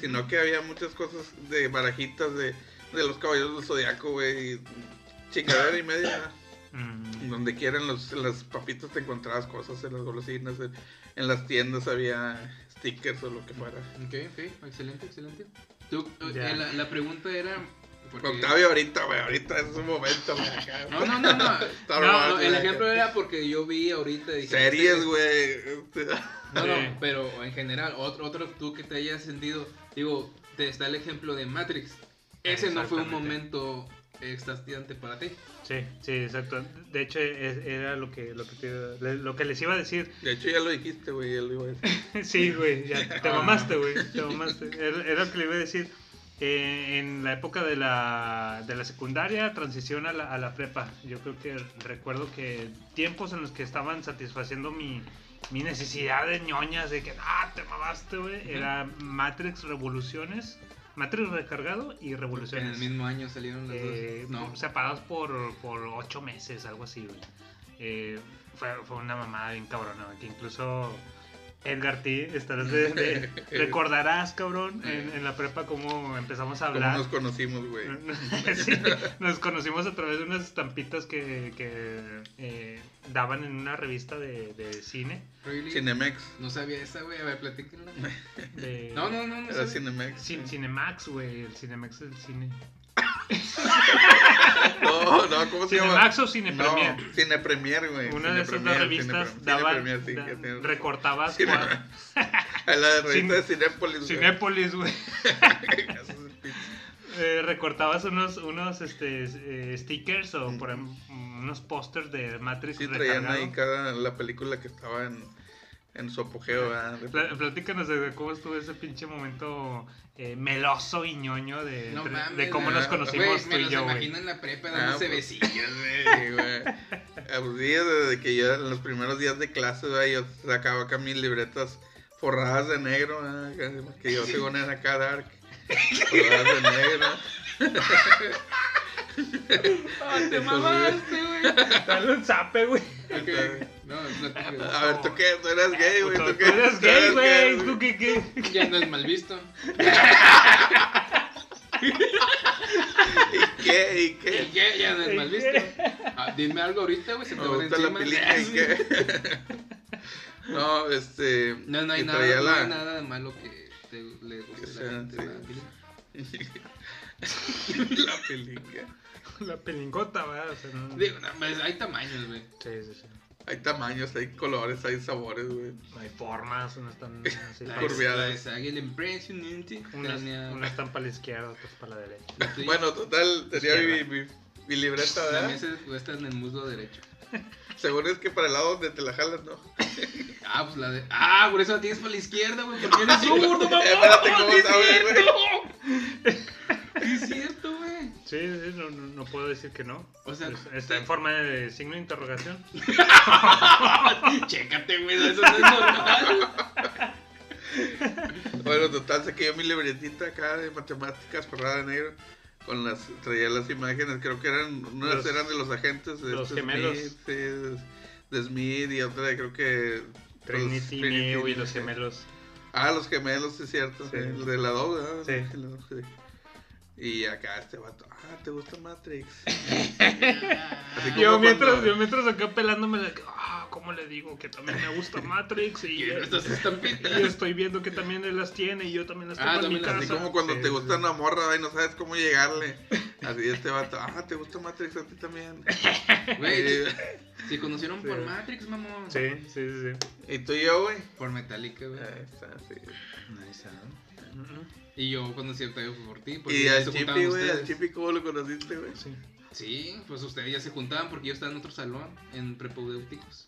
Sino que había muchas cosas de barajitas de, de los caballeros del zodiaco, güey. y Chingadera y media, ¿verdad? Mm. Donde quieran los, en las papitas te encontrabas cosas, en las golosinas, en, en las tiendas había stickers o lo que fuera. Ok, ok, excelente, excelente. Tú, eh, Ya. la, la pregunta era... porque- Octavio ahorita, güey, ahorita es su momento, güey. acá. No, no, no, no. Star No, Wars, no, el güey, acá. ejemplo era porque yo vi ahorita... y dije, Series, "Este- güey. No, Sí. no, pero en general, otro, otro tú que te hayas sentido, digo, te está el ejemplo de Matrix. Ese no fue un Exactamente. momento extasiante para ti. Sí, sí, exacto. De hecho, e- era lo que, lo que, te- le- lo que les iba a decir. De hecho, ya lo dijiste, güey. ya lo iba a decir. Sí, güey, ya te Ah. mamaste, güey, te mamaste. Era, era lo que le iba a decir. Eh, en la época de la, de la secundaria, transición a la, a la prepa. Yo creo que recuerdo que tiempos en los que estaban satisfaciendo mi, mi necesidad de ñoñas, de que, ah, te mamaste, güey, era Matrix Revoluciones, Matrix Recargado y Porque en el Revoluciones. mismo año salieron las Eh, dos. No, separados por, por ocho meses, algo así, güey. Eh, fue, fue una mamada bien cabrona, güey, que incluso Edgar T. estarás de- de- recordarás, cabrón, en, en la prepa cómo empezamos a ¿Cómo hablar. Mm. nos conocimos, güey? Sí, nos conocimos a través de unas estampitas que, que, eh, daban en una revista de, de cine. really, Cinemex. no sabía esa, güey. A ver, platíquenla. de- No, no, no, no. Era sabía. Cinemex. Cin- Cinemax, güey, el Cinemax del cine. No, no, ¿cómo se llama? Cinemax o Cine Premier. No, Cine Premier, güey. Una de esas dos Cinepremier, revistas Cinepremier, daba, Cinepremier, sí, da- que tiene- recortabas Cine- cua- La Cine- revista de Cinépolis, güey. Cinépolis, güey. Eso es el pinche- Eh, recortabas unos, unos este, eh, stickers o Mm. por ejemplo, unos pósters de Matrix Sí, traían recargado. ahí cada, la película que estaba en, en su apogeo, ¿verdad? Pla- Platícanos de cómo estuvo ese pinche momento eh, meloso y ñoño de, No entre- mames, de cómo güey, nos güey, conocimos me tú y los yo, güey. imagino en la prepa Ah, dándose pues, besillos. Sí, güey. A los días desde que yo, en los primeros días de clase, güey, yo sacaba acá mis libretas forradas de negro, ¿verdad? que- que yo según era acá dark. Forradas de negro. Ay, te mamaste, güey. Dale un zape, güey. Ok, No, platíquenla. A ver, ¿tú qué? ¿Tú eras gay, güey? Tú ¿Tú qué? eres gay, güey. ¿Tú qué, qué? Ya no es mal visto. ¿Y qué? ¿Y ¿Y qué? qué? Ya no es mal visto. Ah, dime algo ahorita, güey, se te Me van gusta la encima. película. ¿Y qué? No, este. No, no hay que nada, traía no la- hay nada de malo que te, le guste Que a sea, la gente. sí. la película. la película. La pelingota, ¿verdad? O sea, no- Digo, no, pues, hay tamaños, güey. Sí, sí, sí. Hay tamaños, hay colores, hay sabores, güey. No hay formas, unas están así. La para- es- curviadas. la es Águila Impressionante. unas, tenía- unas están para la izquierda, otras para la derecha. la tuya- Bueno, total, tenía mi, Izquierda. mi, mi libreta, La ¿verdad? mesa está en el muslo derecho. Seguro es que para el lado donde te la jalas, ¿no? Ah, pues la de. Ah, por eso la tienes para la izquierda, güey. Porque eres zurdo, mamón. Eh, espérate, ¿cómo Sí es sabes, güey? cierto. Sí es cierto, güey. Sí, sí, no, no, no puedo decir que no. O sea, Es- Está en forma de signo de interrogación. chécate, güey. Eso no es normal. Bueno, total, saqué yo mi libretita acá de matemáticas forrada de negro. Con las, traía las imágenes, creo que eran, unas Los- eran de los agentes de los estos gemelos. Smith, sí, de, de Smith y otra de creo que... los Pues, Trinity, Neo y los gemelos. Ah, los gemelos, sí, cierto. Sí. El de la dog, ¿verdad? Sí. El de la dog, sí. Y acá este vato, ah, ¿te gusta Matrix? Así como Yo cuando- mientras, yo mientras acá pelándome, de que, ah, ¿cómo le digo? Que también me gusta Matrix y, Y estas y yo estampitas. estoy viendo que también él las tiene y yo también las Ah, tengo en mi también las- casa. Así como cuando Sí, te sí, gusta sí. una morra, güey, no sabes cómo llegarle. Así este vato, ah, ¿te gusta Matrix a ti también? Güey, Y- se conocieron por Sí. Matrix, mamón. Sí, sí, sí. sí. ¿Y tú y yo, güey? Por Metallica, güey. Ahí está, sí. Nice, ¿no? Mm, Y yo conocí a Octavio por ti. porque Y Pues ya se al Chipi, juntaban güey, al ustedes. Chipi, ¿cómo lo conociste, güey? sí. Sí, pues ustedes ya se juntaban porque yo estaba en otro salón, en propedéuticos.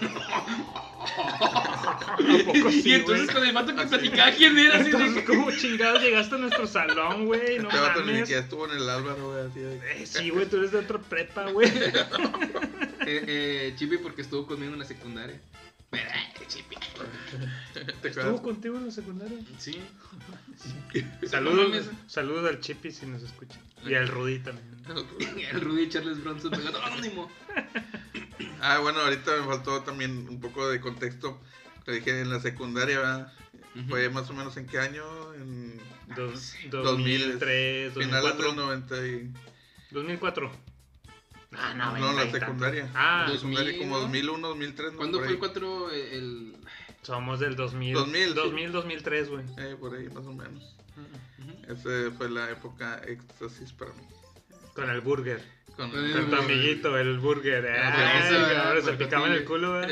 Ah, ¿A poco sí, y entonces güey? con el vato que Así. platicaba quién era, así Entonces, de que... ¿cómo chingados llegaste a nuestro salón, güey? No Este vato ni mames. siquiera estuvo en el Álvaro, güey, así de... Eh, sí, güey, tú eres de otra prepa, güey. Eh, eh, Chipi porque estuvo conmigo en la secundaria. Pero, eh, Chipi. ¿Te Estuvo acuerdas? contigo en la secundaria. Sí. Saludos, mames. saludos al Chipi si nos escucha. Y al Rudy también. El Rudy Charles Bronson pegado anónimo. Ah, bueno, ahorita me faltó también un poco de contexto. Lo dije en la secundaria, ¿verdad? Fue más o menos en qué año, en Dos- Dos 2003, finales 2004. del 90 y... 2004. Ah, No, la secundaria. Ah, La secundaria 2000, como ¿no? 2001, 2003. ¿no? ¿Cuándo Por fue el ahí. 4? El... somos del 2000. 2000, sí. 2000, 2003, güey. Eh, por ahí, más o menos. Esa fue la época éxtasis para mí. Con el burger. Con, Con el- Con tu amiguito, el burger. Ay, hamburguesa, güey, ahora se guacatole. picaban el culo, güey.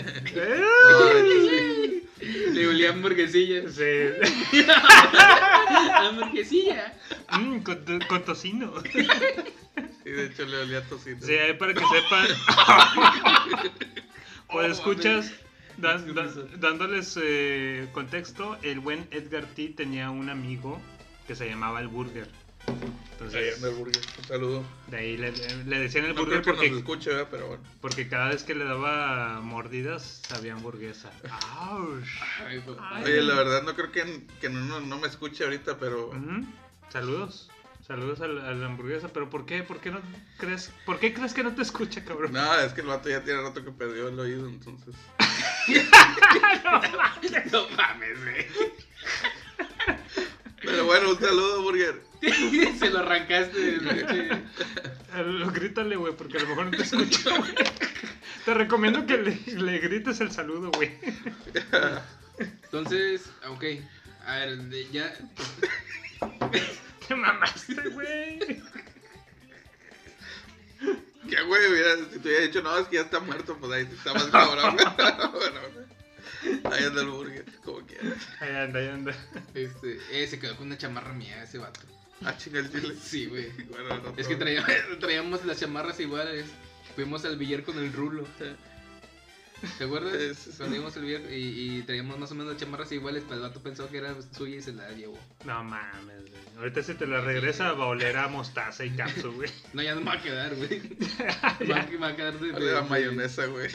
Ay, Le olía hamburguesilla. Sí. hamburguesilla. Mm, con, to- con tocino. Sí, de hecho le olía tocino. Sí, ahí para que sepan. o Pues, Oh, escuchas, dan- dan- dándoles eh, contexto, el buen Edgar T tenía un amigo que se llamaba el Burger. Ahí Entonces, anda el burger. Un saludo. de ahí le, le decían el No Burger creo que nos porque, escuche, ¿verdad? pero bueno. porque cada vez que le daba mordidas sabía hamburguesa. Ouch. Ay, papá. Oye, la verdad no creo que, que no, no, no me escuche ahorita, pero Ujú. Saludos. Saludos al- a la hamburguesa, pero ¿por qué? ¿Por qué no crees? ¿Por qué crees que no te escucha, cabrón? no, es que el vato ya tiene rato que perdió el oído, entonces. No mames, güey. Pero bueno, un saludo, burger. Se lo arrancaste. del- A Eh, lo- Grítale, güey, porque a lo mejor no te escucha, güey. Te recomiendo que le, le grites el saludo, güey. Entonces, ok. A ver, de- ya. Te mamaste, güey. Que güey, mira, si te hubiera dicho, no, es que ya está muerto, pues ahí está más cabrón. Bueno, ahí anda el burger, como quieras. Ahí anda, ahí anda. Este, eh, se quedó con una chamarra mía ese vato. Ah, chinga el chile. Sí, güey. Bueno, no, Es que no. traía- traíamos las chamarras iguales. Fuimos al billar con el rulo. ¿Te Sí, acuerdas? sí, sí. Cuando íbamos al billar y, y traíamos más o menos las chamarras iguales, pero el vato pensó que era suya y se la llevó. No mames, güey. Ahorita si te la regresa va a oler a mostaza y capsu, güey. No, ya no me va a quedar, güey. Va, a- va a quedar de. Dale de- la de- mayonesa, güey.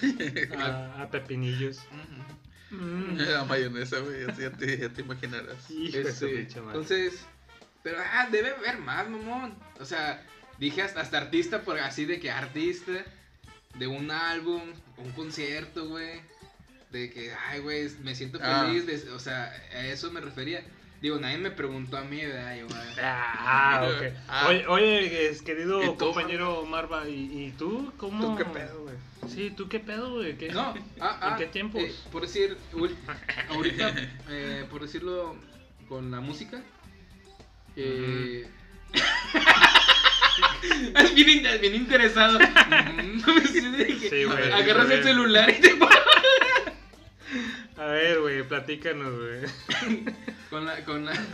Ah, A, a pepinillos. ujú. Mm. La mayonesa, güey, así ya te, ya te imaginarás. Hijo de su Este, pinche madre. entonces, pero ah, debe haber más, mamón. O sea, dije hasta, hasta artista, por así de que artista de un álbum, un concierto, güey. De que, ay, güey, me siento Ah. feliz. de- o sea, a eso me refería. Digo, nadie me preguntó a mí, ¿verdad? Yo, ah, Ah, ok. Ah. Oye, oye, es- querido ¿Y tú, compañero Marva, ¿y, y tú cómo? ¿Tú qué pedo, güey? Sí, ¿tú qué pedo, güey? ¿Qué- No, ah, ah, ¿En qué tiempos? eh, por decir, ul- ahorita, eh, por decirlo con la música. Eh... es, bien, in- es bien interesado. Mm, no me sé de qué. Sí, güey. Agarras güey. el celular y te pones A ver, güey, platícanos, güey. con la. Con la...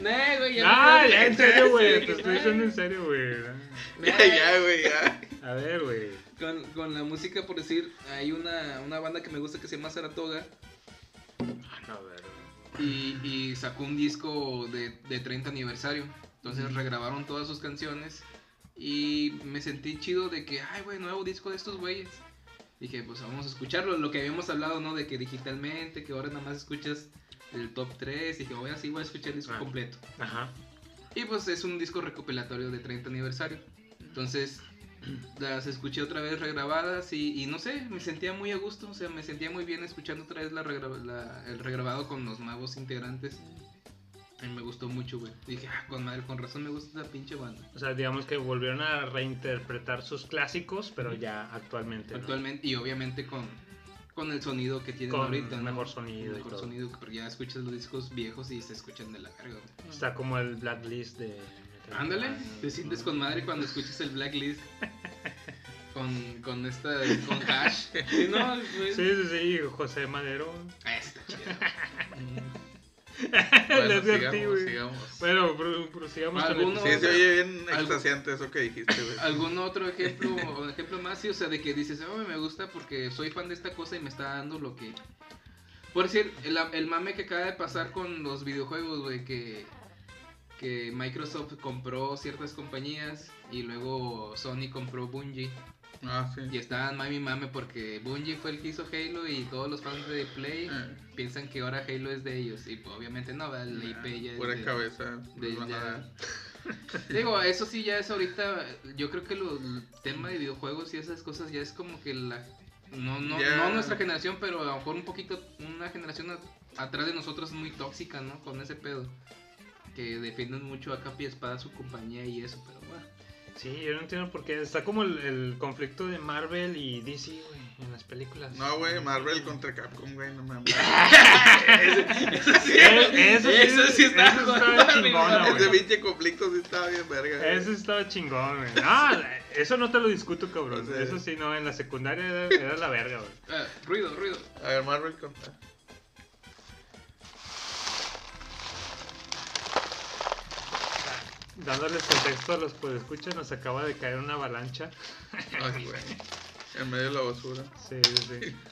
Nah, güey, ya Ah, no- ya, en serio, güey. Te Sí, estoy nah. diciendo en serio, güey. Nah, Ya, ya, güey, ya. A ver, güey. Con, con la música, por decir, hay una, una banda que me gusta que se llama Saratoga. Ah, A ver. y, y sacó un disco de, de 30 aniversario. Entonces regrabaron todas sus canciones y me sentí chido de que, ay, güey, nuevo disco de estos güeyes. Dije, pues vamos a escucharlo, lo que habíamos hablado, ¿no? De que digitalmente, que ahora nada más escuchas el top 3. Dije, voy así, voy a escuchar el disco Ah. completo. Ajá. Y pues es un disco recopilatorio de 30 aniversario. Entonces las escuché otra vez regrabadas y, y no sé, me sentía muy a gusto, o sea, me sentía muy bien escuchando otra vez la regra- la- el regrabado con los nuevos integrantes. Y me gustó mucho, güey. Dije, ah, con madre, con razón me gusta esta pinche banda. O sea, digamos que volvieron a reinterpretar sus clásicos, pero ya actualmente. ¿no? Actualmente, y obviamente con, con el sonido que tienen Con ahorita. ¿no? mejor sonido y Mejor todo. sonido, pero ya escuchas los discos viejos y se escuchan de la verga, güey. Está como el blacklist de. Metallica. Ándale, te sientes con madre cuando escuchas el blacklist. Con, con esta. con hash. Sí, No, güey. Sí, sí, sí, José Madero. Ah, está chido. El Bueno, Edgar T, sigamos, güey. sigamos. Bueno, pro- prosigamos Alguno- con Sí, el... se oye bien Algo- extasiante eso que dijiste, güey. ¿Algún otro ejemplo o ejemplo más? Sí, o sea, de que dices, oh, me gusta porque soy fan de esta cosa y me está dando lo que. Por decir, el, el mame que acaba de pasar con los videojuegos, güey, que. Que Microsoft compró ciertas compañías y luego Sony compró Bungie. Ah, sí. Y estaban mami mame porque Bungie fue el que hizo Halo y todos los fans de Play Eh, piensan que ahora Halo es de ellos. Y pues, obviamente no, ¿verdad? la nah, IP ya es ah, Pura de- cabeza. de- nos van a ya- dar. Digo, eso sí ya es ahorita, yo creo que lo, el tema de videojuegos y esas cosas ya es como que la... No, no, Ya. no nuestra generación, pero a lo mejor un poquito, una generación a- atrás de nosotros muy tóxica, ¿no? Con ese pedo. Que defienden mucho a capa y espada su compañía y eso, pero bueno. Sí, yo no entiendo por qué. Está como el, el conflicto de Marvel y DC, güey, en las películas. No, güey, Marvel contra Capcom, güey, no mames. Eh, Eso, Eso sí está eso jodido, chingona, no, Ese güey. pinche conflicto sí estaba bien verga. güey. Eso estaba chingón, güey. Ah, eso no te lo discuto, cabrón. O sea- Eso sí, no, en la secundaria era, era la verga, güey. Ah, ruido, ruido. A ver, Marvel contra. Dándoles contexto a los podescuchas, nos acaba de caer una avalancha. Ay, güey. En medio de la basura. Sí, sí, sí.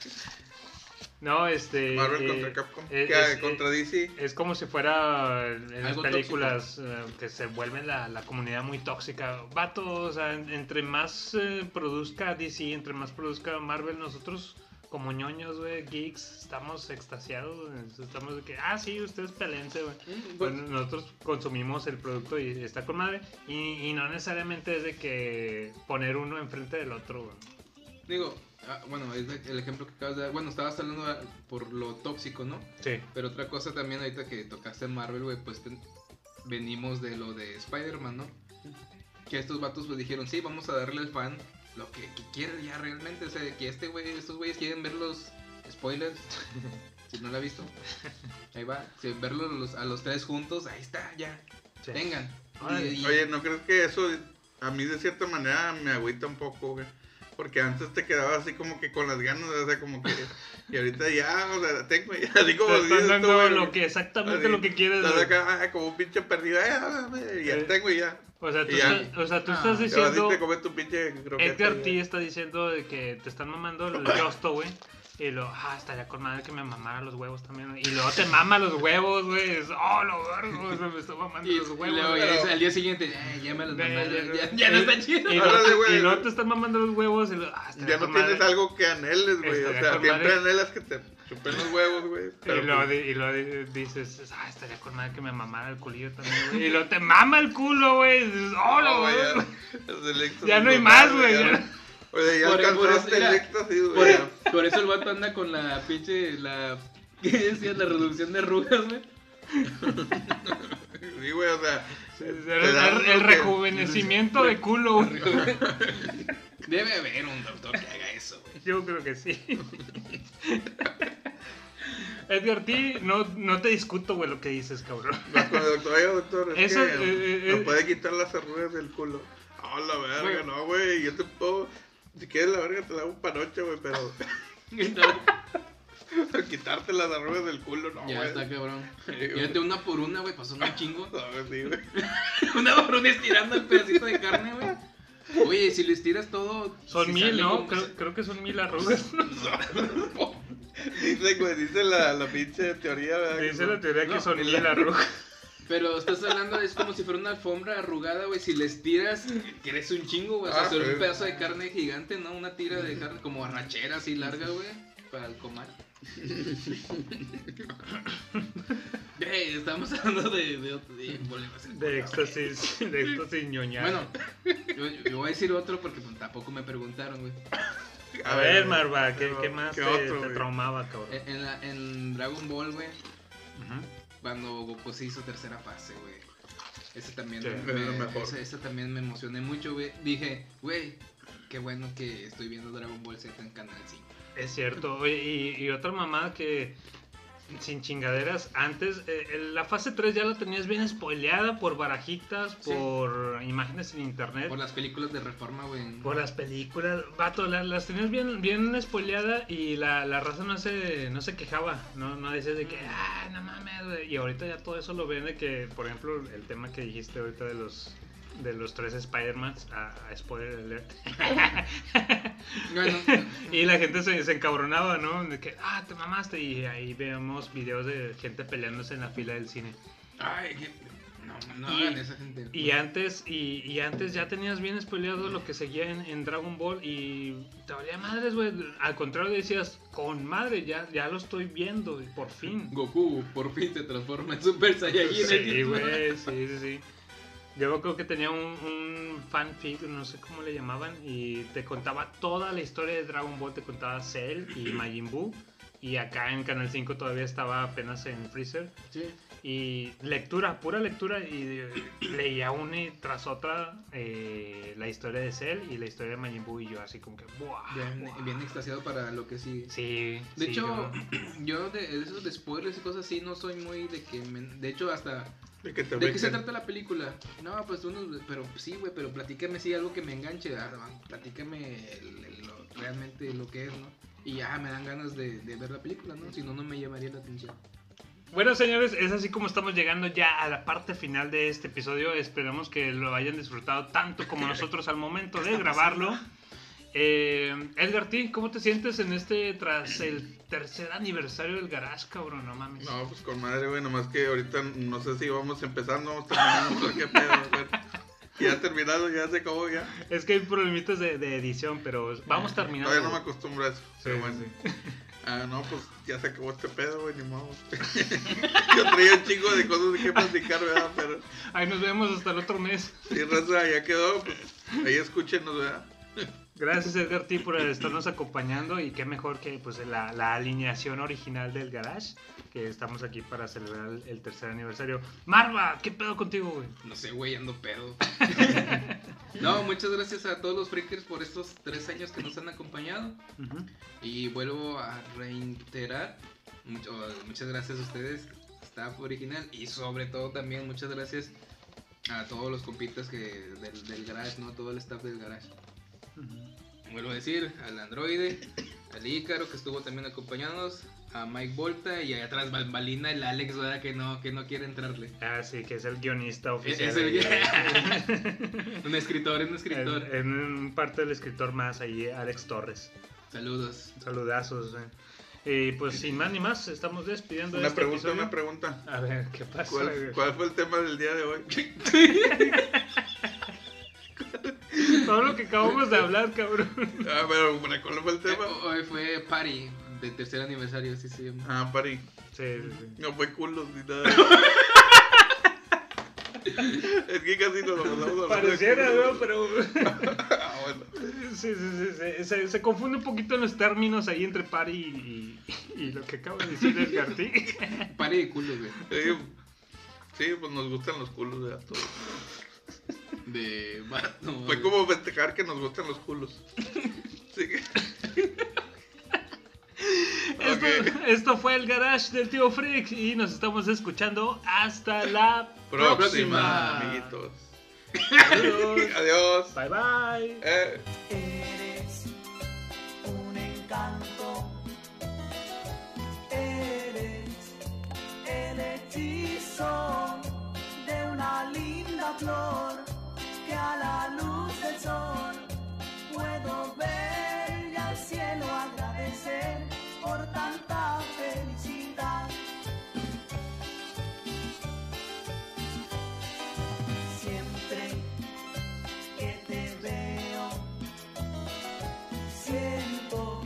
No, este. Marvel eh, contra Capcom. eh, Que- es- contra DC. Es como si fuera en las Algo películas eh, que se vuelve la, la comunidad muy tóxica. Vato, o sea, en- entre más eh, produzca DC, entre más produzca Marvel, nosotros como ñoños, güey, geeks, estamos extasiados. güey. Estamos de que, ah, sí, ustedes pelense, güey. Mm, Pues bueno, nosotros consumimos el producto y está con madre. Y, y no necesariamente es de que poner uno enfrente del otro, güey. digo, ah, bueno, es de- el ejemplo que acabas de dar. Bueno, estabas hablando ah, por lo tóxico, ¿no? Sí. Pero otra cosa también ahorita que tocaste Marvel, güey, pues ten- venimos de lo de Spider-Man, ¿no? Que estos vatos pues dijeron, sí, vamos a darle al fan lo que, que quiere ya realmente. O sea, que este güey, estos güeyes quieren ver los spoilers. si no la ha visto, ahí va. Si verlos los- a los tres juntos, ahí está, ya. sí. Tengan. Órale. Y- y- Oye, ¿no crees que eso a mí de cierta manera me agüita un poco, güey? Porque antes te quedaba así como que con las ganas, o sea, como que... Y ahorita ya, o sea, tengo ya, así como... Te están dices tú, dando güey, lo que, exactamente así, lo que quieres. estás güey. acá, ah, como un pinche perdido, ah, güey, Eh, ya tengo y ya. O sea, tú, Y ya. estás, o sea, tú Ah. estás Pero así diciendo. te comes tu pinche croqueta. Edgar güey. T está diciendo de que te están mamando el rostro, güey. Y lo, ah, estaría con madre que me mamara los huevos también. Y luego te mama los huevos, güey. Es, Oh, lo vergo, o sea, me está mamando y- los y luego huevos. ya pero- es- al día siguiente, "Ay, ya me los Ya, mandaron, ya, ya. ya, ya no está chido. Y Órale, luego, güey. y luego te están mamando los huevos. Y lo, ah, estaría Ya no con madre. tienes algo que anheles, güey. O Estaría sea, con siempre madre. anhelas que te chupen los huevos, güey. Y Pero, lo, pues, di- y lo di- dices, ah, estaría con madre que me mamara el culillo también, güey. Y lo te mama el culo, güey. y dices, oh, lo no, güey, vergo". ya- el éxtasis Ya no hay total, más, güey. ya- Oye, ya Por- por eso, alcanzaste el mira, éxtasis, Por, güey. por eso el vato anda con la pinche, la... ¿Qué decías? La reducción de arrugas, güey. Sí, güey, o sea, El, Te dan el lo que- rejuvenecimiento de culo. Debe haber un doctor que haga eso, güey. Yo creo que sí. Edgar, ti no, no te discuto, güey, lo que dices, cabrón. vas con el doctor, oiga, doctor, es Eso, que eh, eh, me eh. puede quitar las arrugas del culo. No, la verga, Güey. no, güey, yo te puedo, si quieres la verga te la hago panoche, güey, pero No, quitarte las arrugas del culo, no, ya güey. está, cabrón. Sí, güey. Fíjate, una por una, güey, pasó un chingo. No, güey, sí, güey. Una por una estirando el pedacito de carne, güey. Oye, si lo estiras todo. Son si mil, sale ¿no? como- Creo, creo que son mil arrugas. Dice, güey, dice la, la pinche teoría, ¿verdad? Que Dice no. la teoría que No, son el- mil arrugas. Pero estás hablando, es como si fuera una alfombra arrugada, güey. Si le estiras, crece un chingo, güey. O sea, Ah, se vuelve sí. un pedazo de carne gigante, ¿no? Una tira de carne como arrachera así larga, güey. Para el comal. Güey, estamos hablando de, de, otro- de- volvemos al- De éxtasis, de éxtasis ñoñado. Bueno, yo, yo voy a decir otro porque pues, tampoco me preguntaron, güey. a ver, Marva, ¿qué, pero, qué más ¿qué te, otro, te güey? traumaba, cabrón? En, en la- en Dragon Ball, güey, Ujú. cuando Goku pues, se hizo tercera fase, güey. Ese también, Sí, me, es lo mejor. ese- ese también me emocioné mucho, güey. Dije, güey, qué bueno que estoy viendo Dragon Ball Z en Canal 5. Es cierto, oye, y, y otra mamada que sin chingaderas, antes eh, el- la fase 3 ya la tenías bien spoileada por barajitas, Sí. por imágenes en internet, Por las películas de reforma, güey. ¿Eh? por las películas, vato, la- las tenías bien, bien spoileada y la, la raza no se, no se quejaba, no, no decías de que, Mm. ah, no mames, güey", y ahorita ya todo eso lo ven de que, por ejemplo, el tema que dijiste ahorita de los... De los tres Spider-Mans a, a spoiler alert. Bueno, Y la gente se, se encabronaba, ¿no? De que, ah, te mamaste. Y ahí vemos videos de gente peleándose en la fila del cine. ay, que- no, no Y- hagan esa gente. Y antes, y, y antes ya tenías bien spoileado lo que seguía en, en Dragon Ball y te valía madres, güey. Al contrario decías, con madre, ya, ya lo estoy viendo, y por fin. Goku por fin se transforma en Super Saiyajin. Sí, güey, sí, sí, sí. Yo creo que tenía un, un fanfic, no sé cómo le llamaban, y te contaba toda la historia de Dragon Ball, te contaba Cell y Majin Buu, y acá en Canal 5 todavía estaba apenas en Freezer, Sí. y lectura, pura lectura, y leía una y tras otra eh, la historia de Cell y la historia de Majin Buu, y yo así como que, ¡buah! Bien, buah". bien extasiado para lo que sigue. Sí, De sí, hecho, yo- yo de, de esos de spoilers y cosas así no soy muy de que... me- de hecho, hasta... De que te ¿De qué se metan. trata la película? No, pues uno... Pero sí, güey, pero platícame sí algo que me enganche. ah, no, platícame el- el- lo- realmente lo que es, ¿no? Y ya me dan ganas de, de ver la película, ¿no? Si no, no me llamaría la atención. Bueno, señores, es así como estamos llegando ya a la parte final de este episodio. Esperamos que lo hayan disfrutado tanto como nosotros al momento de grabarlo. Eh, Edgar T, ¿cómo te sientes en este tras el tercer aniversario del Garage, cabrón? No mames. No, pues con madre, güey, nomás que ahorita no sé si vamos empezando, vamos terminando, qué pedo, güey. Ya terminado, ya se acabó, ya. Es que hay problemitas de, de edición, pero vamos terminando. Eh, Todavía no me acostumbro a eso, pero Sí, bueno. sí. Ah, no, pues ya se acabó este pedo, güey, ni modo. Yo traía un chingo de cosas de que platicar, ¿verdad? Pero Ahí nos vemos hasta el otro mes. sí, raza, ya quedó, pues ahí escúchenos, ¿verdad? Gracias Edgar T por estarnos acompañando y qué mejor que pues la, la alineación original del Garage, que estamos aquí para celebrar el, el tercer aniversario. Marva, ¿qué pedo contigo, güey? No sé, güey, ando pedo. no, muchas gracias a todos los freakers por estos tres años que nos han acompañado. Ujú. Y vuelvo a reiterar, mucho- muchas gracias a ustedes, staff original, y sobre todo también muchas gracias a todos los compitas que del, del garage, ¿no? Todo el staff del garage. Vuelvo a decir, al androide, al Ícaro que estuvo también acompañándonos, a Mike Volta y allá atrás Balbalina, el Alex, ¿verdad? Que no, que no quiere entrarle. Ah, sí, que es el guionista Es, oficial. es el- ahí, un escritor, es un eh, escritor. en, en parte del escritor más ahí, Alex Torres. Saludos. Saludazos. eh. Y pues sin más ni más, estamos despidiendo Una este pregunta, episodio. Ah, una pregunta. A ver, ¿qué pasa? ¿Cuál, güey? cuál fue el tema del día de hoy? Todo lo que acabamos de hablar, cabrón. Ah, pero ¿para ¿cuál Este fue el Eh, tema? Hoy fue Party, del tercer aniversario, así se llama. Ah, pari. Sí, sí, sí. No fue culos ni nada. es que casi nos lo pasamos hablando de Pareciera, culos. güey, pero... Ah, bueno. Sí, sí, sí, sí. Se, se confunde un poquito en los términos ahí entre pari y, y- y lo que acaba de decir el Gartí. Pare de culos, güey. Sí, sí, pues nos gustan los culos de gato. De vato. Fue güey. como festejar que nos gustan los culos. Sí que... Esto, Ok, esto fue el garage del tío Frick y nos estamos escuchando hasta la próxima, próxima. amiguitos. Adiós. Adiós. Bye bye. Eh. Eres un encanto. Eres el hechizo de una linda flor que a la luz del sol puedo ver y al cielo agradecer por tanta felicidad. Siempre que te veo siento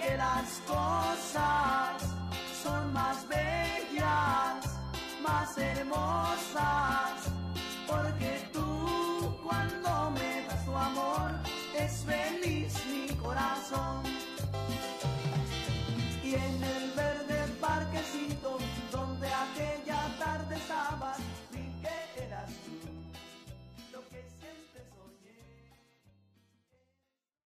que las cosas son más bellas, más hermosas.